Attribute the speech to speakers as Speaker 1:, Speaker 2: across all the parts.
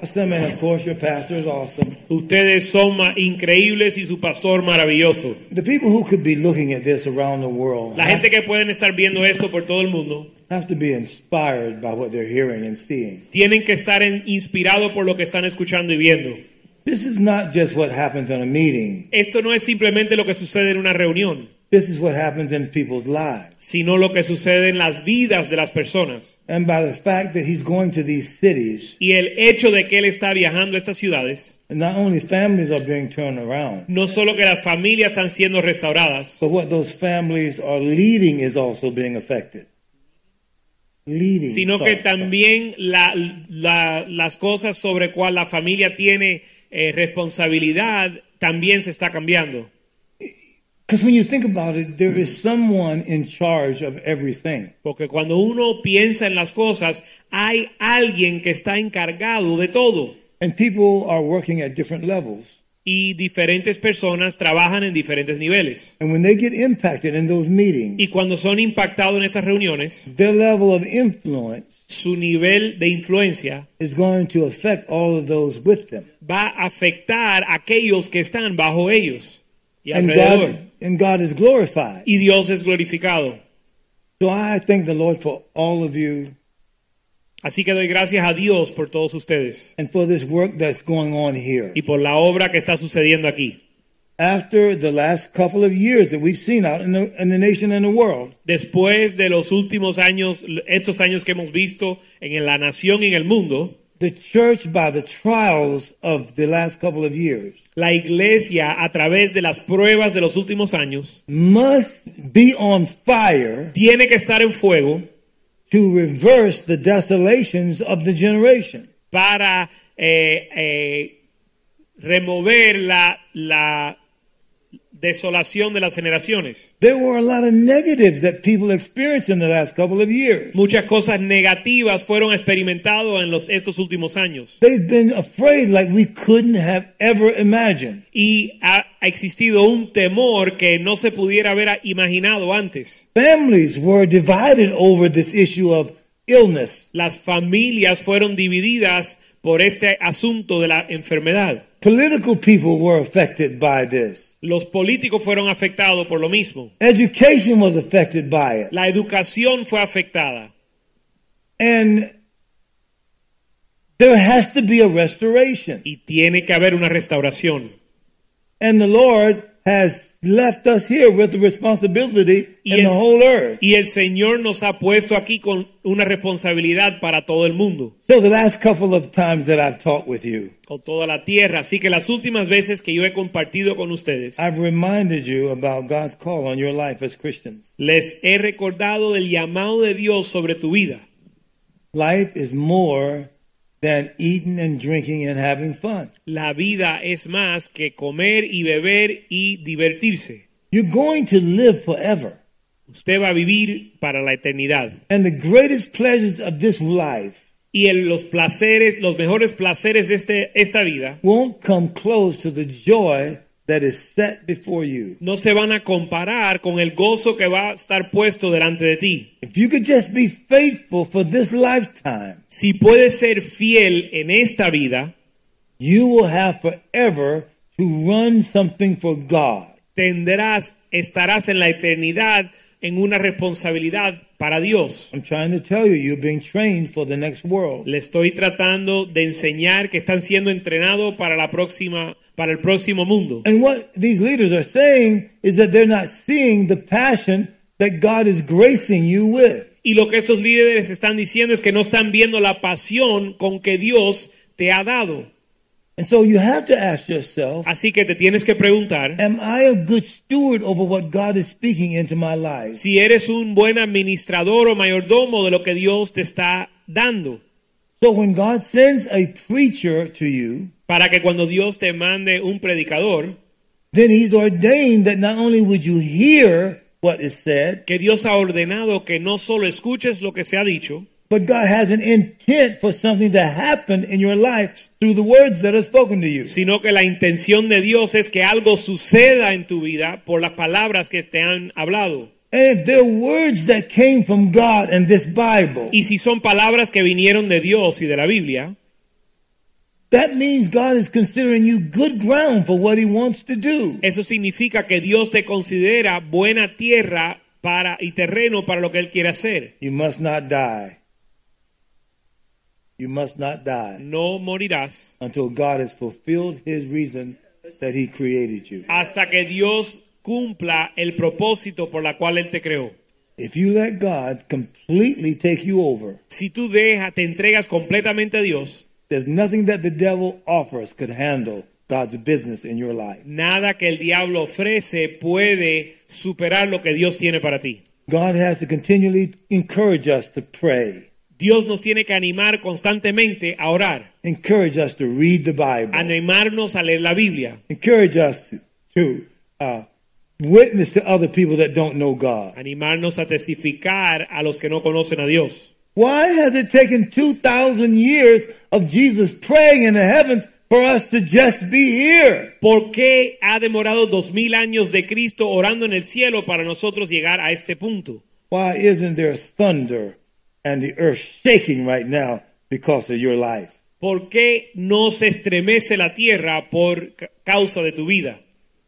Speaker 1: Awesome, and of course, your pastor is awesome.
Speaker 2: Ustedes son ma- increíbles y su pastor maravilloso.
Speaker 1: The people who could be looking at this around the world
Speaker 2: La gente que pueden estar viendo esto por todo el mundo
Speaker 1: have to be inspired by what they're hearing and seeing.
Speaker 2: tienen que estar en- inspirados por lo que están escuchando y viendo.
Speaker 1: This is not just what happens in a meeting,
Speaker 2: Esto no es simplemente lo que sucede en una reunión,
Speaker 1: this is what happens in people's lives.
Speaker 2: sino lo que sucede en las vidas de las personas.
Speaker 1: And by the fact that he's going to these cities,
Speaker 2: Y el hecho de que él está viajando a estas ciudades,
Speaker 1: not only families are being turned around,
Speaker 2: no solo que las familias están siendo restauradas,
Speaker 1: but what those families are leading is also being affected. Leading.
Speaker 2: sino que
Speaker 1: sorry, sorry.
Speaker 2: también la- la- las cosas sobre cual la familia tiene eh, responsabilidad también se está cambiando.
Speaker 1: Because when you think about it, there is someone in charge of everything.
Speaker 2: Porque cuando uno piensa en las cosas, hay alguien que está encargado de todo.
Speaker 1: And people are working at different levels.
Speaker 2: Y diferentes personas trabajan en diferentes niveles.
Speaker 1: And when they get impacted in those meetings,
Speaker 2: Y cuando son impactados en estas reuniones,
Speaker 1: their level of influence
Speaker 2: su nivel de influencia
Speaker 1: is going to affect all of those with them.
Speaker 2: va a afectar a aquellos que están bajo ellos y
Speaker 1: And
Speaker 2: alrededor.
Speaker 1: God, and God is glorified.
Speaker 2: Y Dios es glorificado.
Speaker 1: So I thank the Lord for all of you
Speaker 2: Así que doy gracias a Dios por todos ustedes
Speaker 1: and for this work that's going on here.
Speaker 2: y por la obra que está sucediendo aquí.
Speaker 1: After the last couple of years that we've seen out in the, in the nation and the world,
Speaker 2: Después de los últimos años, estos años que hemos visto en la nación y en el mundo,
Speaker 1: the church, by the trials of the last couple of years,
Speaker 2: la iglesia a través de las pruebas de los últimos años
Speaker 1: must be on fire
Speaker 2: tiene que estar en fuego
Speaker 1: to reverse the desolations of the generation.
Speaker 2: para eh, eh, remover la, la desolación de las generaciones.
Speaker 1: There were a lot of negatives that people experienced in the last couple of years.
Speaker 2: Muchas cosas negativas fueron experimentadas en los, estos últimos años.
Speaker 1: They've been afraid like we couldn't have ever imagined.
Speaker 2: y ha ha existido un temor que no se pudiera haber imaginado antes.
Speaker 1: Families were divided over this issue of illness.
Speaker 2: Las familias fueron divididas por este asunto de la enfermedad.
Speaker 1: Political people were affected by this.
Speaker 2: Los políticos fueron afectados por lo mismo.
Speaker 1: Education was affected by it.
Speaker 2: La educación fue afectada.
Speaker 1: And there has to be a restoration.
Speaker 2: Y tiene que haber una restauración.
Speaker 1: And the Lord has left us here with the responsibility
Speaker 2: Y
Speaker 1: in
Speaker 2: el,
Speaker 1: the whole earth.
Speaker 2: y el Señor nos ha puesto aquí con una responsabilidad para todo el mundo,
Speaker 1: So the last couple of times that I've talked with you,
Speaker 2: con toda la tierra. Así que las últimas veces que yo he compartido con ustedes,
Speaker 1: I've reminded you about God's call on your life as Christians.
Speaker 2: les he recordado del llamado de Dios sobre tu vida.
Speaker 1: Life is more than eating and drinking and having fun.
Speaker 2: La vida es más que comer y beber y divertirse.
Speaker 1: You're going to live forever.
Speaker 2: Usted va a vivir para la eternidad.
Speaker 1: And the greatest pleasures of this life
Speaker 2: Y el- los placeres, los mejores placeres de este- esta vida
Speaker 1: won't come close to the joy that is set before you.
Speaker 2: no se van a comparar con el gozo que va a estar puesto delante de ti.
Speaker 1: If you could just be faithful for this lifetime,
Speaker 2: Si puedes ser fiel en esta vida,
Speaker 1: you will have forever to run something for God.
Speaker 2: tendrás, estarás en la eternidad en una responsabilidad para Dios.
Speaker 1: I'm trying to tell you, you're being trained for the next world.
Speaker 2: Le estoy tratando de enseñar que están siendo entrenados para la próxima, para el próximo mundo.
Speaker 1: And what these leaders are saying is that they're not seeing the passion that God is gracing you with.
Speaker 2: Y lo que estos líderes están diciendo es que no están viendo la pasión con que Dios te ha dado.
Speaker 1: And so you have to ask yourself,
Speaker 2: Así que te tienes que preguntar
Speaker 1: am I a good steward over what God is speaking into my life?
Speaker 2: si eres un buen administrador o mayordomo de lo que Dios te está dando.
Speaker 1: So when God sends a preacher to you,
Speaker 2: para que cuando Dios te mande un predicador,
Speaker 1: then he's ordained that not only would you hear what is said,
Speaker 2: que Dios ha ordenado que no solo escuches lo que se ha dicho,
Speaker 1: but God has an intent for something to happen in your life through the words that are spoken to you.
Speaker 2: sino que la intención de Dios es que algo suceda en tu vida por las palabras que te han hablado.
Speaker 1: And if they're words that came from God and this Bible,
Speaker 2: Y si son palabras que vinieron de Dios y de la Biblia,
Speaker 1: that means God is considering you good ground for what he wants to do.
Speaker 2: eso significa que Dios te considera buena tierra para y terreno para lo que él quiere hacer.
Speaker 1: You must not die. You must not die
Speaker 2: No morirás
Speaker 1: until God has fulfilled his reason that he created you.
Speaker 2: hasta que Dios cumpla el propósito por la cual él te creó.
Speaker 1: If you let God completely take you over,
Speaker 2: Si tú dejas, te entregas completamente a Dios,
Speaker 1: there's nothing that the devil offers could handle God's business in your life.
Speaker 2: nada que el diablo ofrece puede superar lo que Dios tiene para ti.
Speaker 1: God has to continually encourage us to pray,
Speaker 2: Dios nos tiene que animar constantemente a orar,
Speaker 1: encourage us to read the Bible,
Speaker 2: animarnos a leer la Biblia,
Speaker 1: encourage us to, to uh, witness to other people that don't know God.
Speaker 2: animarnos a testificar a los que no conocen a Dios.
Speaker 1: Why has it taken 2,000 years of Jesus praying in the heavens for us to just be here?
Speaker 2: ¿Por qué ha demorado dos mil años de Cristo orando en el cielo para nosotros llegar a este punto?
Speaker 1: Why isn't there thunder and the earth shaking right now because of your life?
Speaker 2: ¿Por qué no se estremece la tierra por ca- causa de tu vida?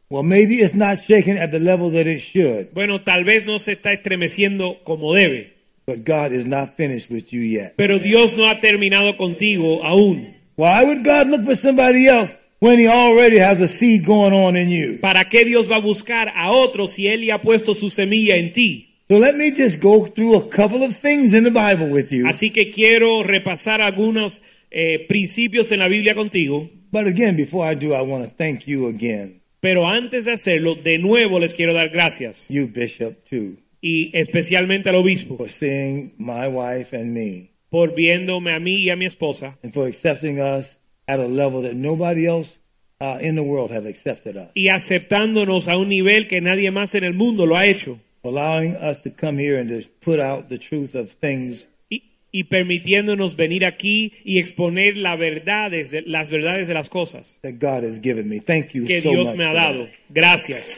Speaker 1: Well, maybe it's not shaking at the level that it should,
Speaker 2: Bueno, tal vez no se está estremeciendo como debe,
Speaker 1: but God is not finished with you yet.
Speaker 2: pero Dios no ha terminado contigo aún.
Speaker 1: Why would God look for somebody else when He already has a seed going on in you?
Speaker 2: ¿Para qué Dios va a buscar a otro si Él ya ha puesto su semilla en ti?
Speaker 1: So let me just go through a couple of things in the Bible with you.
Speaker 2: Así que quiero repasar algunos eh, principios en la Biblia contigo,
Speaker 1: But again, before I do, I want to thank you again,
Speaker 2: pero antes de hacerlo, de nuevo les quiero dar gracias,
Speaker 1: you, Bishop, too.
Speaker 2: y especialmente al obispo,
Speaker 1: for seeing my wife and me
Speaker 2: por viéndome a mí y a mi esposa,
Speaker 1: and for accepting us at a level that nobody else uh, in the world have accepted us
Speaker 2: y aceptándonos a un nivel que nadie más en el mundo lo ha hecho,
Speaker 1: allowing us to come here and to put out the truth of things
Speaker 2: y, y permitiéndonos venir aquí y exponer la verdades de- las verdades de las cosas
Speaker 1: that god has given me thank you
Speaker 2: que
Speaker 1: so
Speaker 2: Dios
Speaker 1: much
Speaker 2: me ha
Speaker 1: for that.
Speaker 2: dado. Gracias.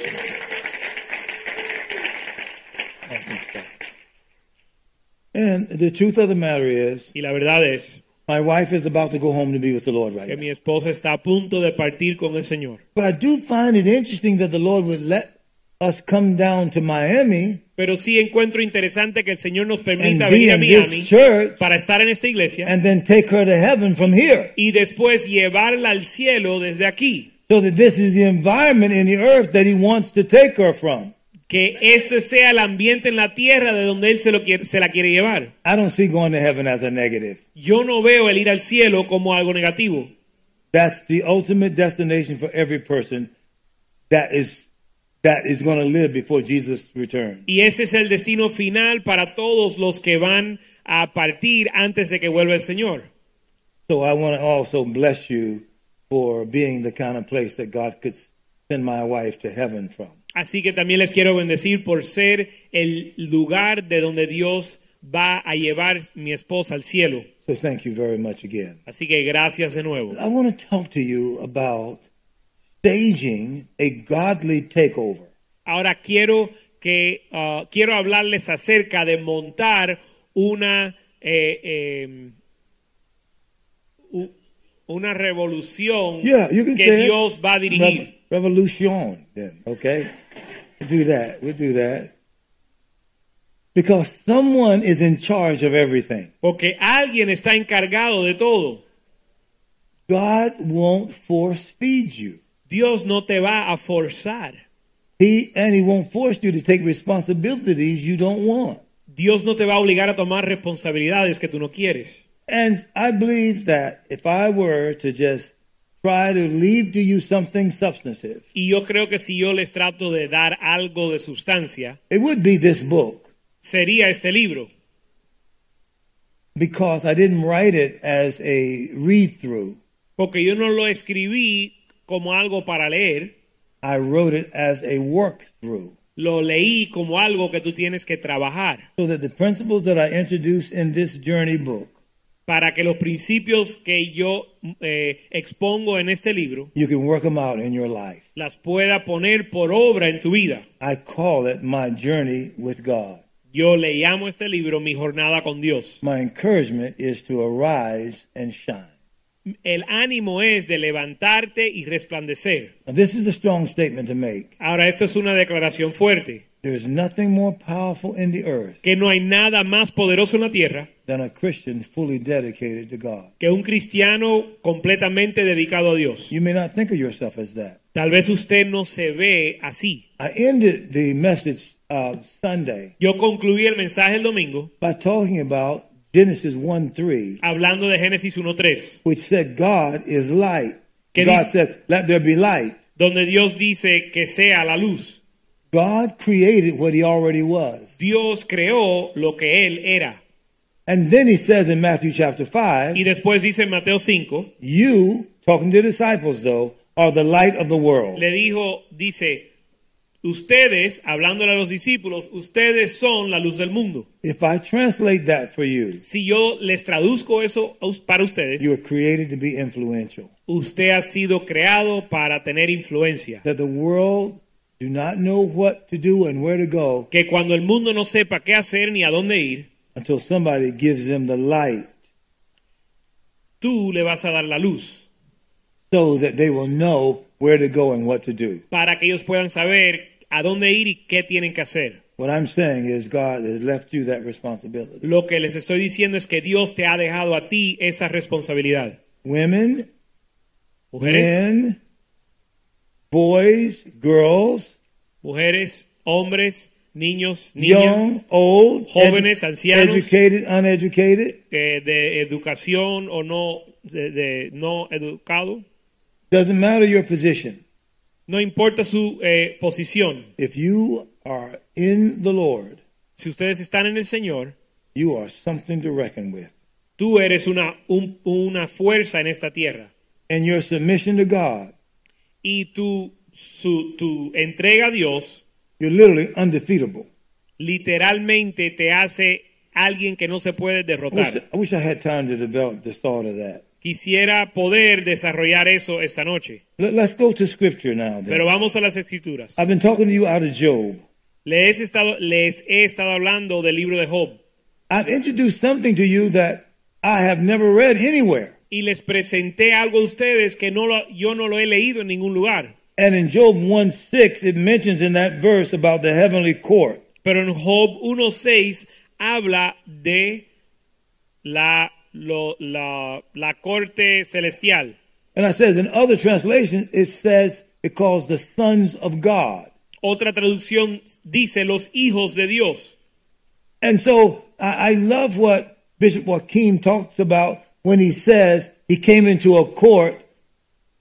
Speaker 1: Awesome stuff. and the truth of the matter is
Speaker 2: Y la verdad es
Speaker 1: my wife is about to go home to be with the lord right
Speaker 2: que
Speaker 1: now
Speaker 2: mi esposa está a punto de partir con el Señor.
Speaker 1: but i do find it interesting that the lord would let us come down to miami
Speaker 2: Pero sí encuentro interesante que el Señor nos
Speaker 1: and
Speaker 2: permita
Speaker 1: be
Speaker 2: venir a
Speaker 1: in
Speaker 2: Miami
Speaker 1: this church
Speaker 2: para estar en esta iglesia
Speaker 1: and then take her to heaven from here
Speaker 2: y después llevarla al cielo desde aquí.
Speaker 1: so that this is the environment in the earth that he wants to take her from.
Speaker 2: Que este sea el ambiente en la tierra de donde Él se, lo quiere- se la quiere llevar.
Speaker 1: I don't see going to heaven as a negative.
Speaker 2: Yo no veo el ir al cielo como algo negativo.
Speaker 1: That's the ultimate destination for every person that is that is going to live before Jesus returns.
Speaker 2: Y ese es el destino final para todos los que van a partir antes de que vuelva el Señor.
Speaker 1: So I want to also bless you for being the kind of place that God could send my wife to heaven from.
Speaker 2: Así que también les quiero bendecir por ser el lugar de donde Dios va a llevar mi esposa al cielo.
Speaker 1: So thank you very much again.
Speaker 2: Así que gracias de nuevo.
Speaker 1: I want to talk to you about staging a godly takeover.
Speaker 2: Ahora quiero que ah, quiero hablarles acerca de montar una eh, eh, u- una revolución
Speaker 1: Yeah, you can
Speaker 2: que
Speaker 1: say it.
Speaker 2: Dios va a dirigir.
Speaker 1: Rev- revolution, then, okay? We'll do that. We'll do that. Because someone is in charge of everything.
Speaker 2: Porque alguien está encargado de todo.
Speaker 1: God won't force feed you.
Speaker 2: Dios no te va a forzar.
Speaker 1: He and he won't force you to take responsibilities you don't want.
Speaker 2: Dios no te va a obligar a tomar responsabilidades que tú no quieres.
Speaker 1: And I believe that if I were to just try to leave to you something substantive,
Speaker 2: Y yo creo que si yo les trato de dar algo de sustancia,
Speaker 1: it would be this book.
Speaker 2: sería este libro.
Speaker 1: because I didn't write it as a read through.
Speaker 2: porque yo no lo escribí como algo para leer,
Speaker 1: I wrote it as a work through.
Speaker 2: lo leí como algo que tú tienes que trabajar
Speaker 1: So that the principles that I introduce in this journey book,
Speaker 2: para que los principios que yo eh, expongo en este libro
Speaker 1: you can work them out in your life.
Speaker 2: las pueda poner por obra en tu vida.
Speaker 1: I call it my journey with God.
Speaker 2: Yo le llamo a este libro Mi Jornada con Dios.
Speaker 1: My encouragement is to arise and shine.
Speaker 2: El ánimo es de levantarte y resplandecer.
Speaker 1: Now, this is a strong statement to make.
Speaker 2: Ahora, esto es una declaración fuerte,
Speaker 1: There's nothing more powerful in the earth
Speaker 2: que no hay nada más poderoso en la tierra
Speaker 1: than a Christian fully dedicated to God.
Speaker 2: que un cristiano completamente dedicado a Dios.
Speaker 1: You may not think of yourself as that.
Speaker 2: Tal vez usted no se ve así.
Speaker 1: I ended the message of Sunday
Speaker 2: Yo concluí el mensaje el domingo
Speaker 1: by talking about Genesis 1 3,
Speaker 2: hablando de Génesis 1.3,
Speaker 1: which said God is light.
Speaker 2: Que
Speaker 1: God
Speaker 2: dice-
Speaker 1: said, Let there be light.
Speaker 2: donde Dios dice que sea la luz.
Speaker 1: God created what he already was.
Speaker 2: Dios creó lo que Él era.
Speaker 1: And then he says in Matthew chapter 5,
Speaker 2: Y después dice en Mateo 5,
Speaker 1: You, talking to the disciples though, are the light of the world.
Speaker 2: le dijo, dice, ustedes, hablándole a los discípulos, ustedes son la luz del mundo.
Speaker 1: If I translate that for you,
Speaker 2: Si yo les traduzco eso a us- para ustedes,
Speaker 1: you are created to be influential.
Speaker 2: usted ha sido creado para tener influencia.
Speaker 1: That the world do not know what to do and where to go
Speaker 2: Que cuando el mundo no sepa qué hacer ni a dónde ir,
Speaker 1: until somebody gives them the light
Speaker 2: tú le vas a dar la luz
Speaker 1: so that they will know where to go and what to do.
Speaker 2: para que ellos puedan saber a dónde ir y qué tienen que hacer.
Speaker 1: What I'm saying is God has left you that responsibility.
Speaker 2: Lo que les estoy diciendo es que Dios te ha dejado a ti esa responsabilidad.
Speaker 1: Women,
Speaker 2: Mujeres,
Speaker 1: men, boys, girls,
Speaker 2: mujeres, hombres, niños, niñas,
Speaker 1: young, old,
Speaker 2: Jóvenes,
Speaker 1: edu-
Speaker 2: ancianos.
Speaker 1: educated, uneducated,
Speaker 2: eh, de educación o no, de, de no educado.
Speaker 1: doesn't matter your position.
Speaker 2: No importa su eh, posición.
Speaker 1: If you are in the Lord,
Speaker 2: Si ustedes están en el Señor,
Speaker 1: you are something to reckon with.
Speaker 2: tú eres una, un- una fuerza en esta tierra.
Speaker 1: And your submission to God,
Speaker 2: Y tu, su, tu entrega a Dios
Speaker 1: you're literally undefeatable.
Speaker 2: literalmente te hace alguien que no se puede
Speaker 1: I wish,
Speaker 2: derrotar.
Speaker 1: I wish I had time to develop this thought of that.
Speaker 2: Quisiera poder desarrollar eso esta noche.
Speaker 1: Let, let's go to scripture now. Then.
Speaker 2: Pero vamos a las escrituras.
Speaker 1: I've been talking to you out of Job.
Speaker 2: Les he estado, les he estado hablando del libro de Job
Speaker 1: I've introduced something to you that I have never read anywhere.
Speaker 2: y les presenté algo a ustedes que no lo- yo no lo he leído en ningún lugar.
Speaker 1: And in Job 1 6, it mentions in that verse about the heavenly court.
Speaker 2: Pero en Job 1.6 habla de la, lo- la, la corte celestial.
Speaker 1: And I says in other translations, it says it calls the sons of God.
Speaker 2: Otra traducción dice los hijos de Dios.
Speaker 1: And so I, I love what Bishop Joaquin talks about when he says he came into a court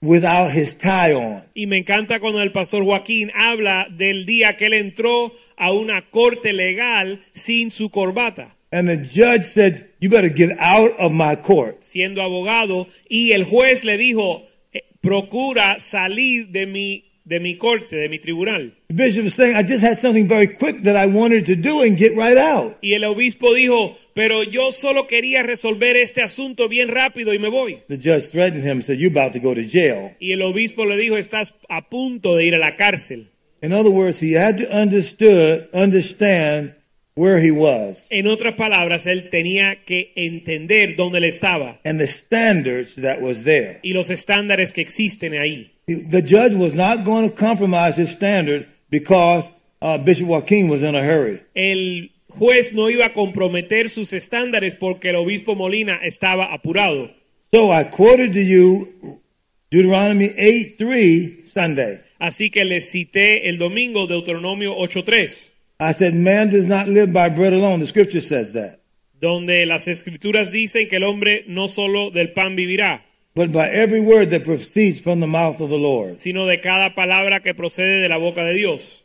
Speaker 1: without his tie on.
Speaker 2: Y me encanta cuando el pastor Joaquín habla del día que él entró a una corte legal sin su corbata.
Speaker 1: And the judge said, You better get out of my court.
Speaker 2: siendo abogado y el juez le dijo eh, procura salir de mi de mi corte de mi tribunal
Speaker 1: The bishop was saying, I just had something very quick that I wanted to do and get right out.
Speaker 2: y el obispo dijo pero yo solo quería resolver este asunto bien rápido y me voy
Speaker 1: The judge threatened him and said, You're about to go to jail.
Speaker 2: y el obispo le dijo estás a punto de ir a la cárcel
Speaker 1: In other words, he had to understood, understand where he was
Speaker 2: en otras palabras él tenía que entender dónde le estaba
Speaker 1: and the standards that was there.
Speaker 2: y los estándares que existen ahí
Speaker 1: He- The judge was not going to compromise his standard because uh, Bishop Joaquin was in a hurry.
Speaker 2: el juez no iba a comprometer sus estándares porque el obispo Molina estaba apurado
Speaker 1: So I quoted to you Deuteronomy 8 3 Sunday.
Speaker 2: Así que les cité el domingo Deuteronomio 8.3,
Speaker 1: I said, Man does not live by bread alone. The scripture says that.
Speaker 2: donde las escrituras dicen que el hombre no solo del pan vivirá,
Speaker 1: But by every word that proceeds from the mouth of the Lord.
Speaker 2: sino de cada palabra que procede de la boca de Dios.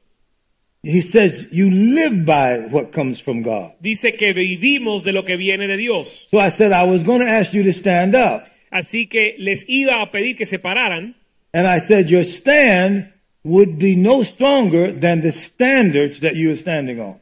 Speaker 1: He says you live by what comes from God.
Speaker 2: Dice que vivimos de lo que viene de Dios.
Speaker 1: So I said I was going to ask you to stand up.
Speaker 2: Así que les iba a pedir que se pararan
Speaker 1: And I said your stand would be no stronger than the standards that you are standing on.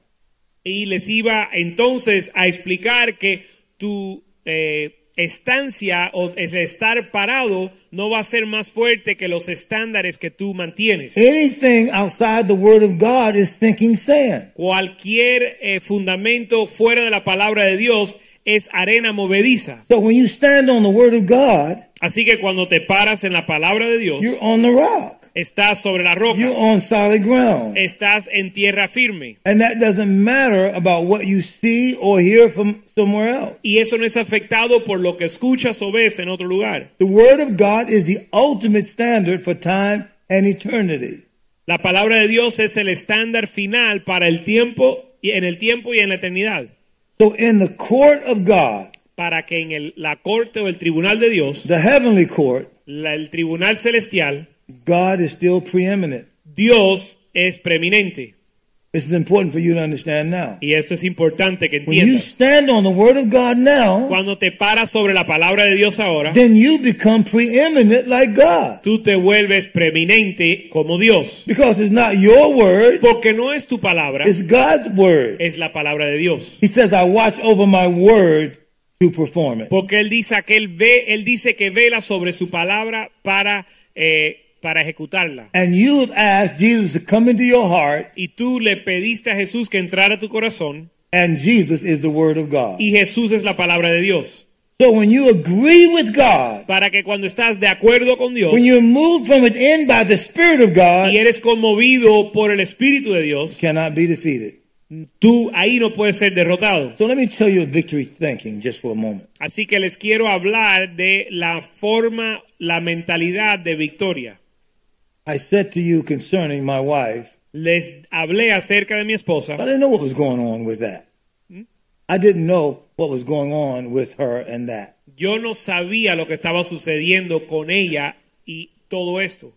Speaker 2: y les iba entonces a explicar que tu eh, estancia o el estar parado no va a ser más fuerte que los estándares que tú mantienes.
Speaker 1: Anything outside the word of God is sinking sand.
Speaker 2: Cualquier eh, fundamento fuera de la palabra de Dios es arena movediza.
Speaker 1: So when you stand on the word of God,
Speaker 2: Así que cuando te paras en la palabra de Dios,
Speaker 1: you're on the rock.
Speaker 2: estás sobre la
Speaker 1: You're
Speaker 2: roca,
Speaker 1: on solid ground.
Speaker 2: estás en tierra firme.
Speaker 1: And that doesn't matter about what you see or hear from somewhere else.
Speaker 2: Y eso no es afectado por lo que escuchas o ves en otro lugar.
Speaker 1: The Word of God is the ultimate standard for time and eternity.
Speaker 2: La palabra de Dios es el estándar final para el tiempo y en el tiempo y en la eternidad,
Speaker 1: So, in the court of God,
Speaker 2: para que en el- la corte o el tribunal de Dios,
Speaker 1: the heavenly court,
Speaker 2: la- el tribunal celestial,
Speaker 1: God is still preeminent.
Speaker 2: Dios es preeminente.
Speaker 1: This is important for you to understand now.
Speaker 2: Y esto es importante que
Speaker 1: When you
Speaker 2: entiendas.
Speaker 1: stand on the Word of God now,
Speaker 2: Cuando te paras sobre la palabra de Dios ahora,
Speaker 1: then you become preeminent like God.
Speaker 2: tú te vuelves preeminente como Dios,
Speaker 1: Because it's not your Word,
Speaker 2: porque no es tu palabra,
Speaker 1: it's God's Word.
Speaker 2: es la palabra de Dios.
Speaker 1: He says, I watch over my Word to perform it.
Speaker 2: Porque él dice que él ve, él dice que vela sobre su palabra para eh, para ejecutarla.
Speaker 1: And you have asked Jesus to come into your heart,
Speaker 2: Y tú le pediste a Jesús que entrara a tu corazón
Speaker 1: and Jesus is the Word of God.
Speaker 2: y Jesús es la palabra de Dios.
Speaker 1: So when you agree with God,
Speaker 2: Para que cuando estás de acuerdo con Dios
Speaker 1: when you're moved from within by the Spirit of God,
Speaker 2: y
Speaker 1: you
Speaker 2: eres conmovido por el Espíritu de Dios,
Speaker 1: cannot be defeated.
Speaker 2: tú ahí no puedes ser derrotado.
Speaker 1: So let me tell you a victory thinking just for a moment.
Speaker 2: Así que les quiero hablar de la forma, la mentalidad de victoria.
Speaker 1: I said to you concerning my wife,
Speaker 2: Les hablé acerca de mi esposa.
Speaker 1: I didn't know what was going on with that. I didn't know what was going on with her and that.
Speaker 2: Yo no sabía lo que estaba sucediendo con ella y todo esto.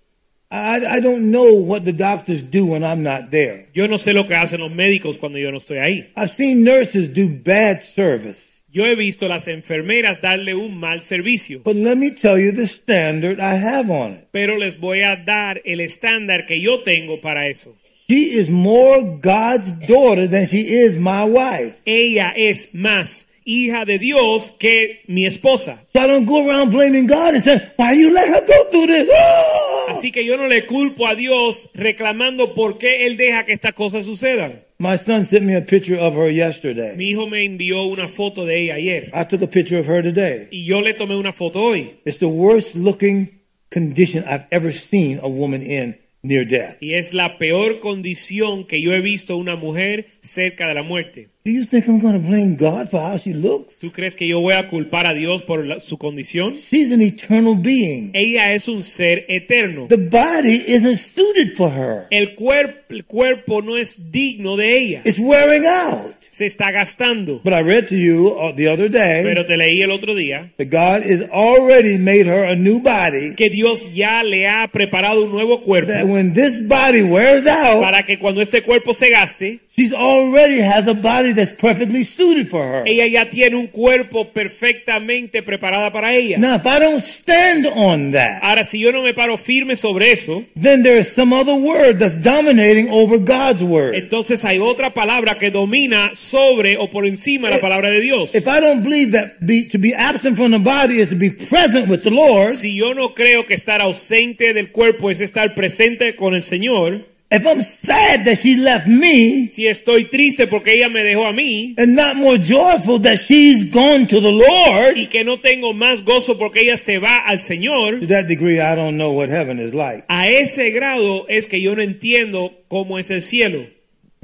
Speaker 1: I, I- I don't know what the doctors do when I'm not there.
Speaker 2: Yo no sé lo que hacen los médicos cuando yo no estoy ahí.
Speaker 1: I've seen nurses do bad service.
Speaker 2: Yo he visto a las enfermeras darle un mal servicio,
Speaker 1: But let me tell you the standard I have on it.
Speaker 2: pero les voy a dar el estándar que yo tengo para eso.
Speaker 1: She is more God's daughter than she is my wife.
Speaker 2: Ella es más hija de Dios que mi esposa.
Speaker 1: So I don't go around blaming God and saying, why you let her go through this? Oh!
Speaker 2: Así que yo no le culpo a Dios reclamando por qué Él deja que estas cosas sucedan.
Speaker 1: My son sent me a picture of her yesterday.
Speaker 2: Mi hijo me envió una foto de ella ayer
Speaker 1: I took a picture of her today.
Speaker 2: y yo le tomé una foto hoy.
Speaker 1: It's the worst looking condition I've ever seen a woman in near death.
Speaker 2: Y es la peor condición que yo he visto una mujer cerca de la muerte.
Speaker 1: Do you think I'm going to blame God for how she looks?
Speaker 2: ¿Tú crees que yo voy a culpar a Dios por la- su condición?
Speaker 1: She's an eternal being.
Speaker 2: Ella es un ser eterno.
Speaker 1: The body isn't suited for her.
Speaker 2: El, cuerp- el cuerpo no es digno de ella.
Speaker 1: It's wearing out.
Speaker 2: Se está gastando.
Speaker 1: But I read to you uh, the other day
Speaker 2: Pero te leí el otro día
Speaker 1: that God has already made her a new body.
Speaker 2: que Dios ya le ha preparado un nuevo cuerpo
Speaker 1: That when this body wears out,
Speaker 2: para que cuando este cuerpo se gaste,
Speaker 1: She's already has a body that's perfectly suited for her.
Speaker 2: ella ya tiene un cuerpo perfectamente preparada para ella.
Speaker 1: Now, if I don't stand on that,
Speaker 2: Ahora, si yo no me paro firme sobre eso,
Speaker 1: then there is some other word that's dominating over God's word.
Speaker 2: entonces hay otra palabra que domina sobre o por encima la palabra de Dios.
Speaker 1: If I don't believe that be, to be absent from the body is to be present with the Lord,
Speaker 2: Si yo no creo que estar ausente del cuerpo es estar presente con el Señor,
Speaker 1: if I'm sad that she left me
Speaker 2: si estoy triste porque ella me dejó a mí
Speaker 1: and not more joyful that she's gone to the Lord,
Speaker 2: y que no tengo más gozo porque ella se va al Señor,
Speaker 1: to that degree, I don't know what heaven is like.
Speaker 2: a ese grado es que yo no entiendo cómo es el cielo,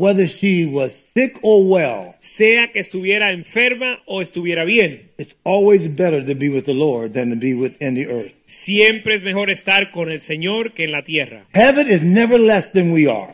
Speaker 1: Whether she was sick or well,
Speaker 2: sea que estuviera enferma o estuviera bien.
Speaker 1: it's always better to be with the Lord than to be within the earth.
Speaker 2: Siempre es mejor estar con el Señor que en la tierra.
Speaker 1: Heaven is never less than we are.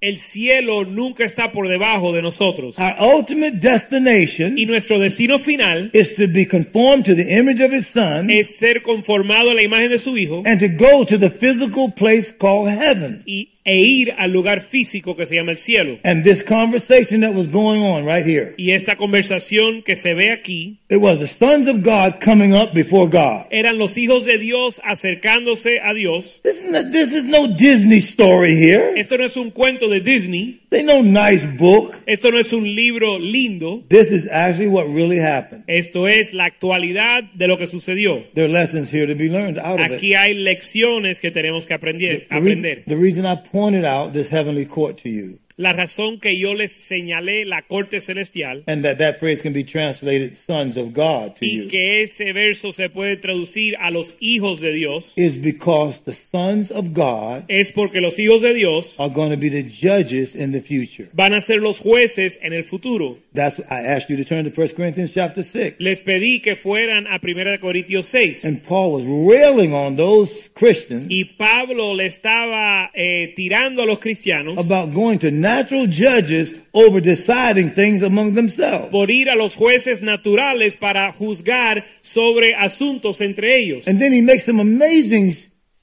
Speaker 2: El cielo nunca está por debajo de nosotros.
Speaker 1: Our ultimate destination
Speaker 2: Y nuestro destino final
Speaker 1: is to be conformed to the image of his son
Speaker 2: es ser conformado a la imagen de su Hijo
Speaker 1: and to go to the physical place called heaven.
Speaker 2: y, e ir al lugar físico que se llama el cielo.
Speaker 1: And this conversation that was going on right here,
Speaker 2: Y esta conversación que se ve aquí
Speaker 1: it was the sons of God coming up before God.
Speaker 2: eran los hijos de Dios acercándose a Dios.
Speaker 1: This is, not, this is no Disney story here.
Speaker 2: Esto no es un cuento de Disney,
Speaker 1: They no nice book.
Speaker 2: esto no es un libro lindo,
Speaker 1: This is actually what really happened.
Speaker 2: esto es la actualidad de lo que sucedió.
Speaker 1: There are lessons here to be learned out of it.
Speaker 2: Aquí hay lecciones que tenemos que aprender.
Speaker 1: The reason,
Speaker 2: aprender.
Speaker 1: the reason I pointed out this heavenly court to you,
Speaker 2: La razón que yo les señalé la corte celestial
Speaker 1: and that that phrase can be translated sons of God to
Speaker 2: y
Speaker 1: you,
Speaker 2: que ese verso se puede traducir a los hijos de Dios
Speaker 1: is because the sons of God
Speaker 2: es porque los hijos de Dios
Speaker 1: are going to be the judges in the future.
Speaker 2: van a ser los jueces en el futuro.
Speaker 1: That's I asked you to turn to 1 Corinthians chapter 6.
Speaker 2: Les pedí que fueran a 1 Corintios 6
Speaker 1: And Paul was railing on those Christians
Speaker 2: y Pablo le estaba eh, tirando a los cristianos
Speaker 1: about going to natural judges over deciding things among themselves.
Speaker 2: por ir a los jueces naturales para juzgar sobre asuntos entre ellos.
Speaker 1: And then he makes some amazing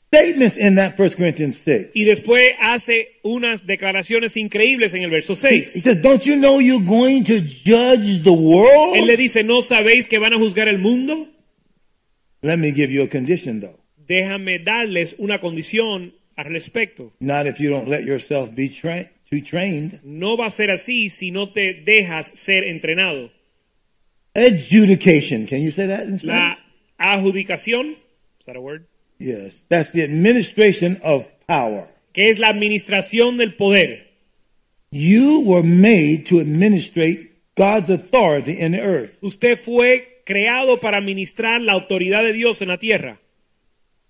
Speaker 1: statements in that 1 Corinthians 6.
Speaker 2: Y después hace unas declaraciones increíbles en el verso
Speaker 1: He
Speaker 2: 6.
Speaker 1: says, Don't you know you're going to judge the
Speaker 2: Él le
Speaker 1: world?
Speaker 2: dice, ¿no sabéis que van a juzgar el mundo?
Speaker 1: Let me give you a condition, though.
Speaker 2: Déjame darles una condición al respecto.
Speaker 1: Not if you don't let yourself be tra- too trained.
Speaker 2: No va a ser así si no te dejas ser entrenado.
Speaker 1: Adjudication. Can you say that in Spanish?
Speaker 2: La adjudicación, is that a word?
Speaker 1: Yes. That's the administration of power.
Speaker 2: que es la administración del poder.
Speaker 1: You were made to administrate God's authority in the earth.
Speaker 2: Usted fue creado para administrar la autoridad de Dios en la tierra.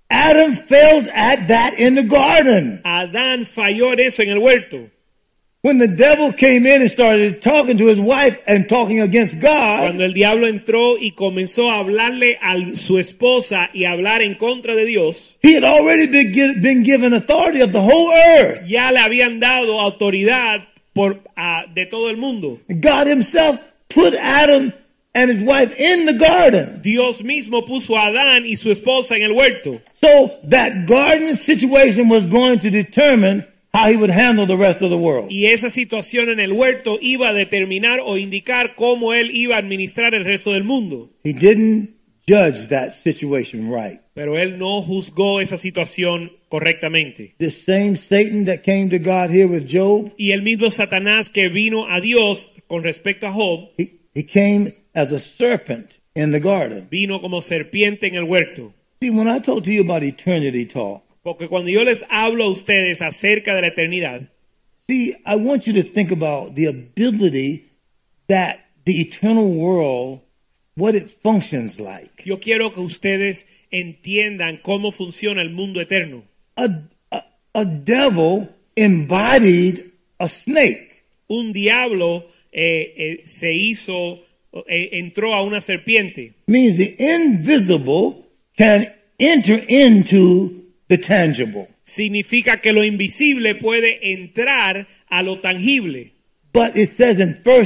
Speaker 1: Adam failed at that in the garden.
Speaker 2: Adán falló en eso en el huerto.
Speaker 1: When the devil came in and started talking to his wife and talking against God,
Speaker 2: Cuando el diablo entró y comenzó a hablarle a su esposa y a hablar en contra de Dios,
Speaker 1: he had already been, gi- been given authority of the whole earth.
Speaker 2: ya le habían dado autoridad por, ah, de todo el mundo.
Speaker 1: God himself put Adam and his wife in the garden.
Speaker 2: Dios mismo puso a Adán y su esposa en el huerto.
Speaker 1: So that garden situation was going to determine how he would handle the rest of the world.
Speaker 2: Y esa situación en el huerto iba a determinar o indicar cómo él iba a administrar el resto del mundo.
Speaker 1: He didn't judge that situation right.
Speaker 2: Pero él no juzgó esa situación correctamente.
Speaker 1: This same Satan that came to God here with Job,
Speaker 2: Y el mismo Satanás que vino a Dios con respecto a Job,
Speaker 1: he, he came as a serpent in the garden.
Speaker 2: vino como serpiente en el huerto.
Speaker 1: See, when I talk to you about eternity talk,
Speaker 2: Porque cuando yo les hablo a ustedes acerca de la eternidad,
Speaker 1: see, I want you to think about the ability that the eternal world, what it functions like.
Speaker 2: yo quiero que ustedes entiendan cómo funciona el mundo eterno.
Speaker 1: A, a, a devil embodied a snake.
Speaker 2: Un diablo eh, eh, se hizo, eh, entró a una serpiente.
Speaker 1: means the invisible can enter into the tangible.
Speaker 2: Significa que lo invisible puede entrar a lo tangible.
Speaker 1: But it says in 1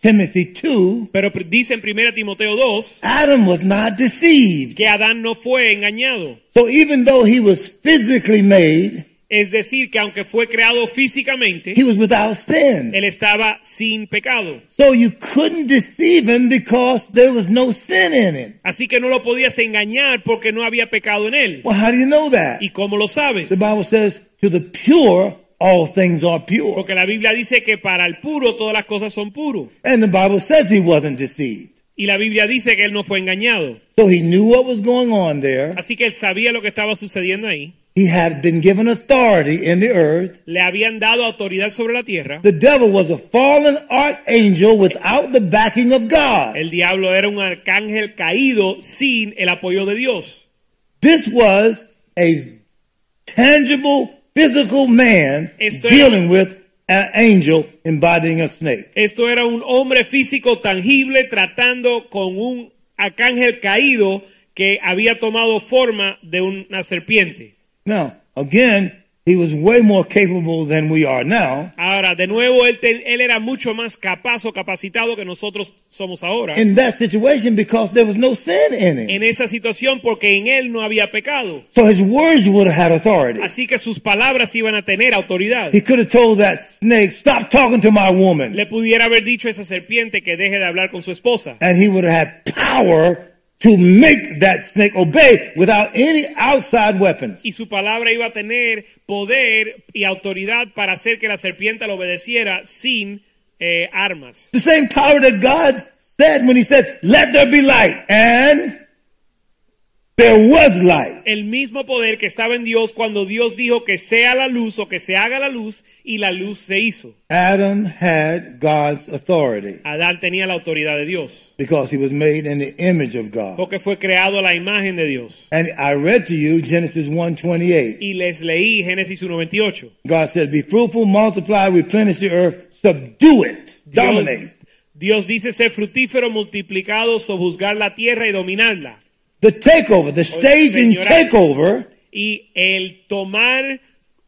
Speaker 1: Timothy 2,
Speaker 2: Pero dice en 1 Timoteo 2
Speaker 1: Adam was not deceived.
Speaker 2: que Adán no fue engañado.
Speaker 1: So even though he was physically made,
Speaker 2: Es decir, que aunque fue creado físicamente,
Speaker 1: he was without sin.
Speaker 2: él estaba sin pecado.
Speaker 1: So you couldn't deceive him because there was no sin in him.
Speaker 2: Así que no lo podías engañar porque no había pecado en él.
Speaker 1: Well, how do you know that?
Speaker 2: ¿Y cómo lo sabes?
Speaker 1: The Bible says, to the pure, all things are pure.
Speaker 2: Porque la Biblia dice que para el puro todas las cosas son puro.
Speaker 1: And the Bible says he wasn't deceived.
Speaker 2: Y la Biblia dice que él no fue engañado.
Speaker 1: So he knew what was going on there.
Speaker 2: Así que él sabía lo que estaba sucediendo ahí.
Speaker 1: He had been given authority in the earth.
Speaker 2: Le habían dado autoridad sobre la tierra.
Speaker 1: The devil was a fallen archangel without the backing of God.
Speaker 2: El diablo era un arcángel caído sin el apoyo de Dios.
Speaker 1: This was a tangible, physical man
Speaker 2: Esto era-
Speaker 1: dealing with an angel embodying a snake.
Speaker 2: Esto era un hombre físico tangible tratando con un arcángel caído que había tomado forma de una serpiente.
Speaker 1: Now, again, He was way more capable than we are now.
Speaker 2: Ahora, de nuevo, él, te- él era mucho más capaz o capacitado que nosotros somos ahora
Speaker 1: in that situation because there was no sin in it.
Speaker 2: en esa situación porque en él no había pecado.
Speaker 1: So his words would have had authority.
Speaker 2: Así que sus palabras iban a tener autoridad.
Speaker 1: He could have told that snake, stop talking to my woman.
Speaker 2: Le pudiera haber dicho a esa serpiente que deje de hablar con su esposa.
Speaker 1: And he would have had power to make that snake obey without any outside weapons.
Speaker 2: Y su palabra iba a tener poder y autoridad para hacer que la serpiente lo obedeciera sin eh, armas.
Speaker 1: The same power that God said when he said, let there be light. And there was light.
Speaker 2: El mismo poder que estaba en Dios cuando Dios dijo que sea la luz o que se haga la luz y la luz se hizo.
Speaker 1: Adam had God's authority
Speaker 2: Adán tenía la autoridad de Dios
Speaker 1: because he was made in the image of God.
Speaker 2: porque fue creado a la imagen de Dios.
Speaker 1: And I read to you Genesis 1:28.
Speaker 2: Y les leí Génesis 1.28.
Speaker 1: God said, Be fruitful, multiply, replenish the earth, subdue it,
Speaker 2: Dios-
Speaker 1: dominate.
Speaker 2: Dios dice ser fructífero, multiplicado, sojuzgar la tierra y dominarla.
Speaker 1: The takeover, the staging
Speaker 2: señora-
Speaker 1: takeover
Speaker 2: Y el tomar